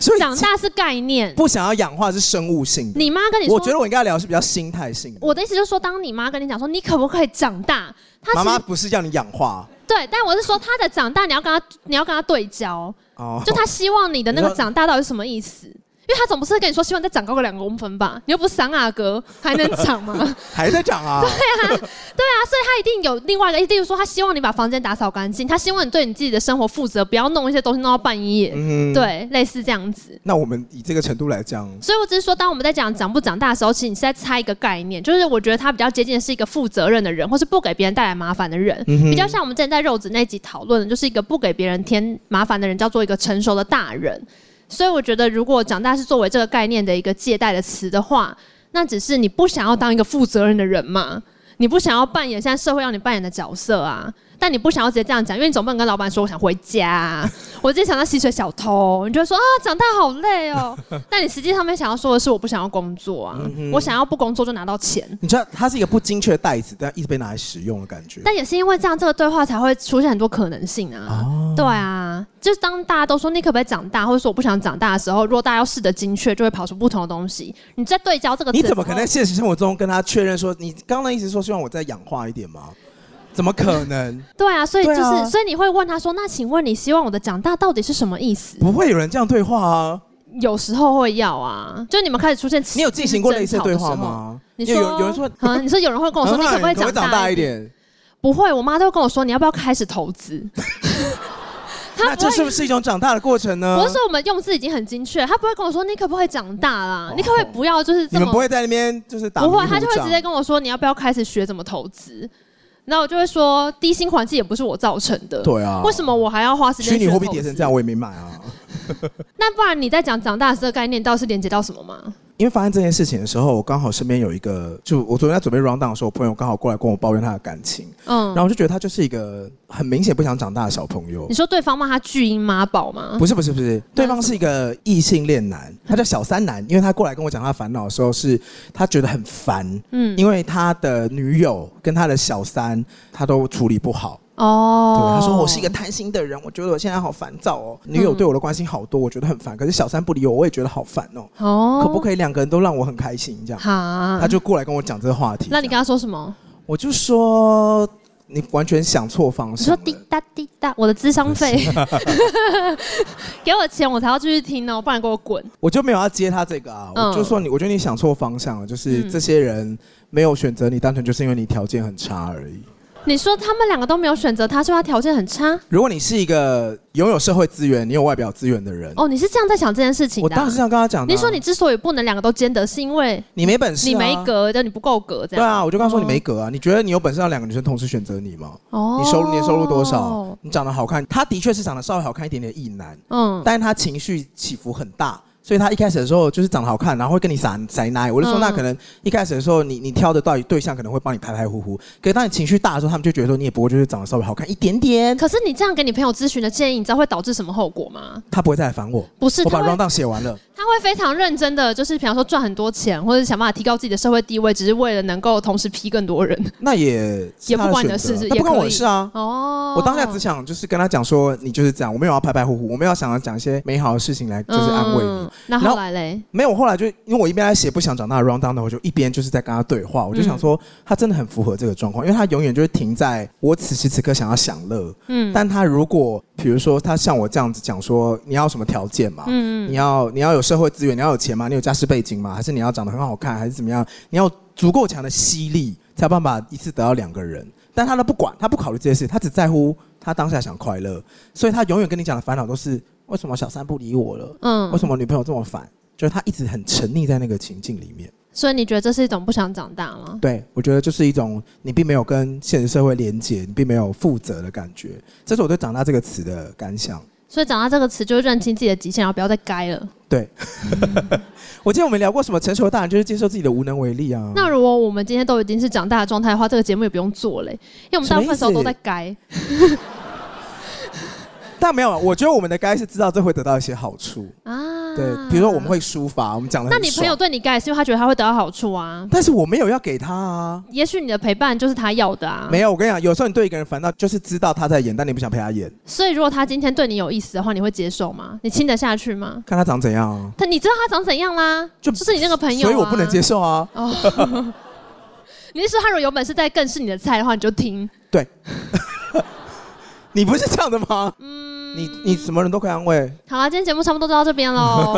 Speaker 2: 所以
Speaker 3: 长大是概念。
Speaker 2: 不想要氧化是生物性的。
Speaker 3: 你妈跟你说，
Speaker 2: 我觉得我应该要聊的是比较心态性的。
Speaker 3: 我的意思就是说，当你妈跟你讲说你可不可以长大，她
Speaker 2: 妈
Speaker 3: 其
Speaker 2: 妈
Speaker 3: 实
Speaker 2: 不是要你氧化
Speaker 3: 对，但我是说她的长大，你要跟她你要跟她对焦，
Speaker 2: 哦，
Speaker 3: 就她希望你的那
Speaker 2: 你
Speaker 3: 个
Speaker 2: 说
Speaker 3: 长大到底是什么意思？因为她总不是跟你说希望再长高个两公分吧？你又不是三阿哥，还能 长吗？对
Speaker 2: 还在长 啊。
Speaker 3: 啊，所以她一定有另外一个，例如说她希望你把房间打扫干净，她希望你对你自己的生活负责，不要弄一些东西弄到半夜，
Speaker 2: 嗯，。
Speaker 3: 对，类似这样子。
Speaker 2: 那我们以这个程度来讲，
Speaker 3: 所以我只是说，当我们在讲长不长大的时候，其实你是在猜一个概念，就是我觉得他比较接近的是一个负责任的人，或是不给别人带来麻烦的人，
Speaker 2: 嗯哼
Speaker 3: 比较像我们之前在肉子那集讨论的，就是一个不给别人添麻烦的人，叫做一个成熟的大人。所以我觉得，如果长大是作为这个概念的一个借贷的词的话，那只是你不想要当一个负责任的人嘛，你不想要扮演现在社会让你扮演的角色啊。但你不想要直接这样讲，因为你总不能跟老板说我想回家啊、我自己想到吸血小偷，你就会说啊，长大好累哦。但你实际上面想要说的是，我不想要工作啊，
Speaker 2: 嗯
Speaker 3: 我想要不工作就拿到钱。
Speaker 2: 你知道它是一个不精确的袋子，但一直被拿来使用的感觉。
Speaker 3: 但也是因为这样，这个对话才会出现很多可能性啊。
Speaker 2: 哦
Speaker 3: 对啊，就是当大家都说你可不可以长大，或者说我不想长大的时候，如果大家要试的精确，就会跑出不同的东西。你在对焦这个，
Speaker 2: 你怎么可能在？现实生活中跟他确认说，你刚刚的意思说希望我再氧化一点吗？怎么可能？
Speaker 3: 对啊，所以
Speaker 2: 对
Speaker 3: 就
Speaker 2: 啊
Speaker 3: 是，所以你会问他说：“那请问你希望我的长大到底是什么意思
Speaker 2: 不会有人这样对话 啊！？”
Speaker 3: 有时候会要啊，就你们开始出现，
Speaker 2: 你有进行过类似的对话？吗？
Speaker 3: 你
Speaker 2: 因
Speaker 3: 说
Speaker 2: 为有有人说，嗯
Speaker 3: 啊，你说有人会跟我说，你可不可以
Speaker 2: 可不可以
Speaker 3: 长
Speaker 2: 大
Speaker 3: 大
Speaker 2: 一
Speaker 3: 一点？
Speaker 2: 点？
Speaker 3: 不会，我妈都会跟我说，你要不要开始投资？
Speaker 2: 那
Speaker 3: 她不
Speaker 2: 这
Speaker 3: 会
Speaker 2: 是不是一种长大的过程呢
Speaker 3: 我？是说我们用字已经很精确，她不会跟我说你可不可以长大啦，你可不可以不要就是
Speaker 2: 哦你
Speaker 3: 这
Speaker 2: 们
Speaker 3: 么
Speaker 2: 不会在那边就是打
Speaker 3: 不会，
Speaker 2: 迷糊
Speaker 3: 她就会
Speaker 2: 仗
Speaker 3: 直接跟我说你要不要开始学怎么投资？然后我就会说低薪环境也不是我造成的，
Speaker 2: 对啊
Speaker 3: 为什么我还要花时间
Speaker 2: 虚拟
Speaker 3: 学
Speaker 2: 货币
Speaker 3: 投
Speaker 2: 跌成
Speaker 3: 资
Speaker 2: 这样，？我也没买啊。
Speaker 3: 那不然你在讲长大这个概念，到底是连接到什么吗？
Speaker 2: 因为发现这件事情的时候，我刚好身边有一个，就我昨天在准备 round down 的时候，我朋友刚好过来跟我抱怨他的感情，
Speaker 3: 嗯
Speaker 2: 然，后我就觉得他就是一个很明显不想长大的小朋友
Speaker 3: 你。说对方骂他巨婴妈宝吗？
Speaker 2: 不是不是不是，对方是一个异性恋
Speaker 3: 嗯
Speaker 2: 男，他叫小三男，因为他过来跟我讲他的烦恼的时候，是他觉得很烦，
Speaker 3: 嗯，
Speaker 2: 因为他的女友跟他的小三他都处理不好，
Speaker 3: 哦，嗯
Speaker 2: 对，他说我是一个贪心的人，我觉得我现在好烦躁哦。女友对我的关心好多，我觉得很烦。可是小三不理我，我也觉得好烦哦。
Speaker 3: 哦，
Speaker 2: 可不可以两个人都让我很开心这样？
Speaker 3: 好，
Speaker 2: 他就过来跟我讲这个话题。
Speaker 3: 嗯那你
Speaker 2: 这样
Speaker 3: 跟他说什么？
Speaker 2: 我就说你完全想错方
Speaker 3: 你
Speaker 2: 向
Speaker 3: 说
Speaker 2: 了。
Speaker 3: 滴答滴答，我的智 商费， 给我钱我才要继续听哦，不然给我滚。
Speaker 2: 我就没有要接他这个啊，
Speaker 3: 嗯
Speaker 2: 我就说你，我觉得你想错方向了，就是
Speaker 3: 嗯
Speaker 2: 这些人没有选择你，单纯就是因为你条件很差而已。
Speaker 3: 你说他们两个都没有选择他，所以他条件很差。
Speaker 2: 如果你是一个拥有社会资源、你有外表资源的人，
Speaker 3: 哦，你是这样在想这件事情
Speaker 2: 我
Speaker 3: 的啊、
Speaker 2: 当时这样跟他讲的啊。
Speaker 3: 你说你之所以不能两个都兼得，是因为
Speaker 2: 你没本事、啊，
Speaker 3: 你没格，但你不够格，这
Speaker 2: 对
Speaker 3: 样。
Speaker 2: 啊，我就刚说你没格啊，你觉得你有本事让两个女生同时选择你吗？
Speaker 3: 哦
Speaker 2: 啊你收入年收入多少？？你长得好看，他的确是长得稍微好看一点点的异男，
Speaker 3: 嗯，
Speaker 2: 但是他情绪起伏很大，所以他一开始的时候就是长得好看，然后会跟你撒撒奶。我就说，
Speaker 3: 嗯
Speaker 2: 那可能一开始的时候你，你挑的到底对象可能会帮你排排呼呼，可是当你情绪大的时候，他们就觉得说你也不过就是长得稍微好看一点点，
Speaker 3: 可是你这样给你朋友咨询的建议，你知道会导致什么后果吗？
Speaker 2: 他不会再来烦我。
Speaker 3: 不是，
Speaker 2: 我
Speaker 3: 他
Speaker 2: 把 round
Speaker 3: 会
Speaker 2: down 写完了，
Speaker 3: 他会非常认真的，就是比方说赚很多钱，或者想办法提高自己的社会地位，只是为了能够同时批更 多人。
Speaker 2: 那也是
Speaker 3: 也
Speaker 2: 他
Speaker 3: 不关你的
Speaker 2: 选择
Speaker 3: 事是
Speaker 2: 那不关
Speaker 3: 也可
Speaker 2: 我的
Speaker 3: 以
Speaker 2: 事啊。
Speaker 3: 哦，
Speaker 2: 我当下只想就是跟他讲说，你就是这样，我没有要排排呼呼，我没有要想要讲一些美好的事情来就是安慰你。
Speaker 3: 嗯。那
Speaker 2: 然
Speaker 3: 后
Speaker 2: 后
Speaker 3: 来嘞，
Speaker 2: 没有，我后来就因为我一边在写不想长大的 round down 的，我就一边就是在跟他对话，我
Speaker 3: 嗯
Speaker 2: 就想说他真的很符合这个状况，因为他永远就是停在我此时此刻想要享乐，
Speaker 3: 嗯
Speaker 2: 但他如果比如说他像我这样子讲说你要什么条件嘛，
Speaker 3: 嗯
Speaker 2: 你要你要有社会资源，你要有钱吗？你有家世背景吗？还是你要长得很好看，还是怎么样？你要足够强的吸力，才有办法一次得到两个人。但他都不管，他不考虑这些事，他只在乎他当下想快乐，所以他永远跟你讲的烦恼都是为什么小三不理我了。为
Speaker 3: 嗯，
Speaker 2: 什么女朋友这么烦？就是他一直很沉溺在那个情境里面。
Speaker 3: 所以你觉得这是一种不想长大吗？
Speaker 2: 对我觉得就是一种你并没有跟现实社会连接，你并没有负责的感觉。这是我对“长大”这个词的感想。
Speaker 3: 所以长大这个词就认清自己的极限，然后不要再该了。
Speaker 2: 对，我记得我们聊过什么成熟的大人就是接受自己的无能为力啊。
Speaker 3: 那如果我们今天都已经是长大的状态的话，这个节目也不用做嘞、因为我们大部分时候
Speaker 2: 什么
Speaker 3: 都
Speaker 2: 意思
Speaker 3: 在该。
Speaker 2: 但没有，啊我觉得我们的该是知道这会得到一些好处。
Speaker 3: 啊，
Speaker 2: 对，比如说我们。会抒发，我们讲的。
Speaker 3: 那你朋友？对你该是因为他觉得他会得到好处啊，
Speaker 2: 但是我没有要给他啊。
Speaker 3: 也许你的陪伴就是他要的啊。
Speaker 2: 没有，我跟你讲，有时候你对一个人烦到，就是知道他在演，但你不想陪他演，
Speaker 3: 所以如果他今天对你有意思的话，你会接受吗？你亲得下去吗？
Speaker 2: 看他长怎样啊。
Speaker 3: 他你知道他长怎样啦，
Speaker 2: 就
Speaker 3: 就是你那个朋友、啊哦
Speaker 2: 所以我不能接。受啊。
Speaker 3: 你是说他如果有本事再更是你的菜的话，你就听。
Speaker 2: 你不是这样的吗？你你什么人都可以安慰，
Speaker 3: 好啊了，今天节目差不多就到这 边喽。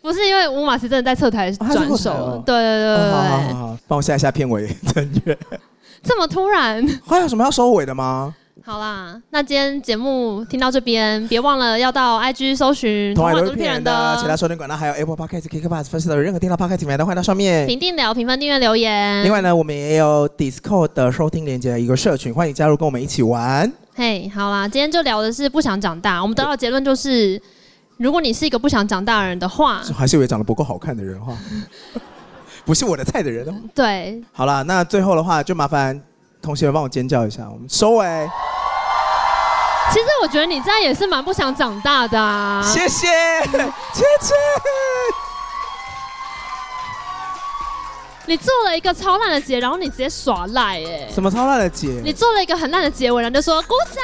Speaker 3: 不是因为乌马斯真的在侧台
Speaker 2: 他在
Speaker 3: 转
Speaker 2: 后台
Speaker 3: 手
Speaker 2: 哦
Speaker 3: 了，对对对对
Speaker 2: 哦好好
Speaker 3: 对
Speaker 2: 好好，帮我下一下片尾 正月。
Speaker 3: 这么突然。
Speaker 2: 还有什么要收尾的吗？
Speaker 3: 好啦，那今天节目听到这边，别忘了要到 IG 搜寻“
Speaker 2: 同
Speaker 3: 童
Speaker 2: 爱
Speaker 3: 话
Speaker 2: 都
Speaker 3: 都
Speaker 2: 是
Speaker 3: 是
Speaker 2: 骗
Speaker 3: 骗
Speaker 2: 人
Speaker 3: 人
Speaker 2: 的，啊其他
Speaker 3: 的
Speaker 2: 收听管道还有 Apple Podcast、KK Bus、First 的任何听到 Podcast 平台都欢迎到上”，面。
Speaker 3: 评定聊、评分、订阅、留言。
Speaker 2: 另，外呢，我们也有 Discord 的收听连接的一个社群，欢迎加入跟我们一起玩。
Speaker 3: 嘿、好啦，今天就聊的是不想长大。我们得到的结论就是，如果你是一个不想长大的人的话，
Speaker 2: 还是以为长得不够好看的人哈， 不是我的菜的人哦。
Speaker 3: 对，
Speaker 2: 好啦，那最后的话就麻烦同学们帮我尖叫一下，我们收尾，
Speaker 3: 其实我觉得你这样也是蛮不想长大的啊。
Speaker 2: 谢谢， 谢谢。
Speaker 3: 你做了一个超烂的结，然后你直接耍赖哎、
Speaker 2: 什么超烂的姐？
Speaker 3: 你做了一个很烂的结尾，然后就说鼓掌，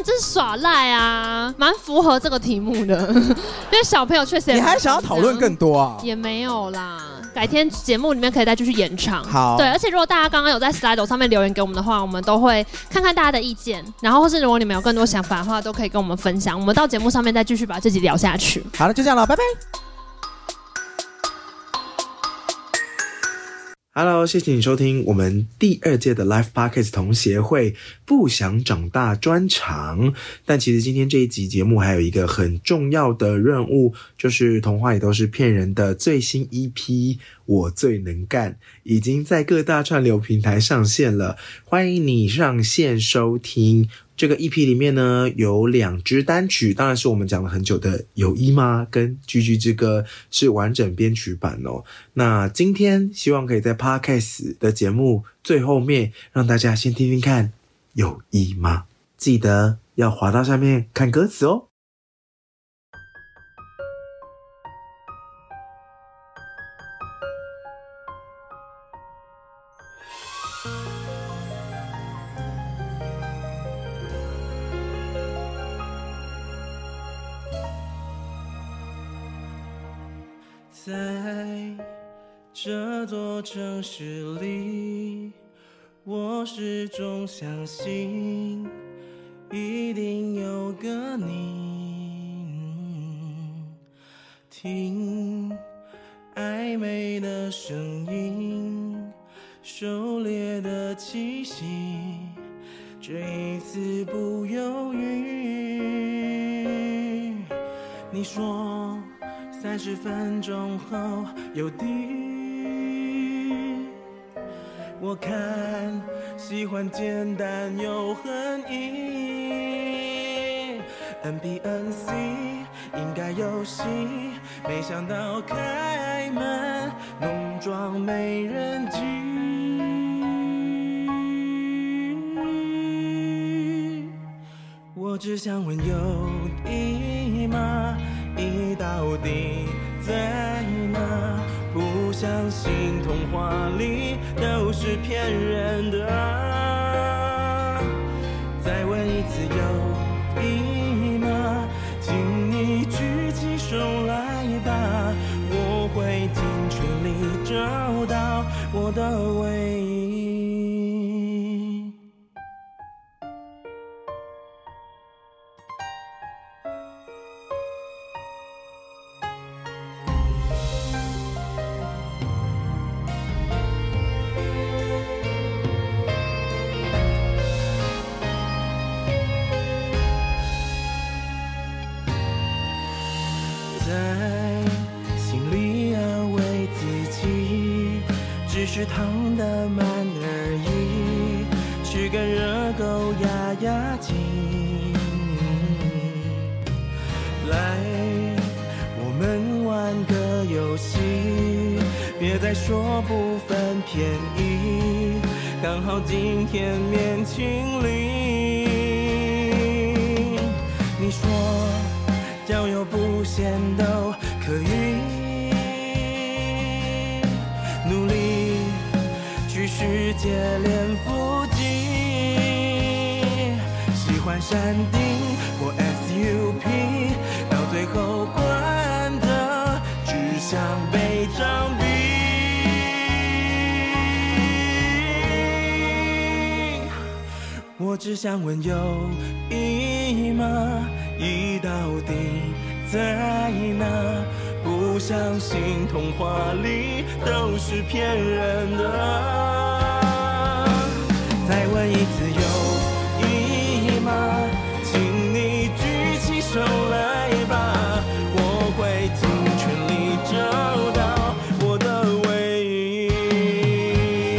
Speaker 3: 你这是耍赖啊，蛮符合这个题目的， 因为小朋友确实也
Speaker 2: 你还想要讨论更多啊？
Speaker 3: 也没有啦，改天节目里面可以再继续延长。
Speaker 2: 好
Speaker 3: 对，而且如果大家刚刚有在 Slido 上面留言给我们的话，我们都会看看大家的意见，然后或是如果你们有更多想法的话，都可以跟我们分享，我们到节目上面再继续把这集聊下去。
Speaker 2: 好了，就这样了，拜拜。
Speaker 4: Hello，谢谢你收听我们第二届的 Life Pockets 同协会不想长大专场。但其实今天这一集节目还有一个很重要的任务，就是《童话也都是骗人的》最新 EP《我最能干》已经在各大串流平台上线了，欢迎你上线收听。这个 EP 里面呢有两支单曲，当然是我们讲了很久的《有一吗》跟《居居之歌》是完整编曲版哦。那今天希望可以在 Podcast 的节目最后面让大家先听听看《有一吗》，记得要滑到下面看歌词哦。
Speaker 5: 在这座城市里，我始终相信一定有个你。嗯听暧昧的声音，狩猎的气息，这一次不犹豫。你说三十分钟后有地，我看喜欢简单又狠意。N P N C 应该有戏，没想到开门浓妆美人计。我只想问有你吗？你到底在哪？不相信童话里都是骗人的。再问一次有你吗？请你举起手来吧，我会尽全力找到我的唯一。在心里安慰自己，只是躺得慢而已，吃个热狗压压惊。来，我们玩个游戏，别再说不分偏倚，刚好今天面清零。你说交友不限都可以，努力去世界练腹肌，喜欢山顶或 SUP，到最后关的只想被枪毙。我只想问有意义吗？意义到底在哪？不相信童话里都是骗人的。再问一次有意义吗？请你举起手来吧，我会尽全力找到我的唯一。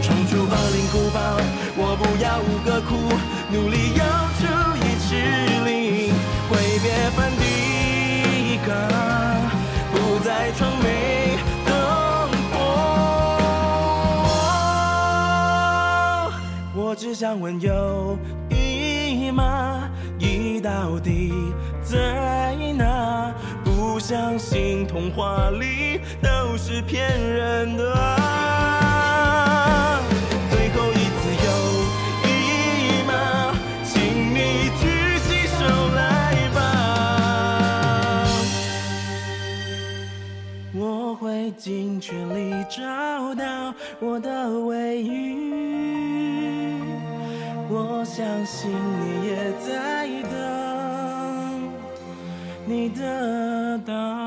Speaker 5: 冲出恶灵古堡，我不要五个哭，努力游出一尺零，挥别梵蒂冈，不再闯美灯火。我只想问有意义吗？意义到底在哪？不相信童话里都是骗人的。最后一次有意义吗？请你举起手来吧，我会尽全力找到我的唯一。我相信你也在等你的到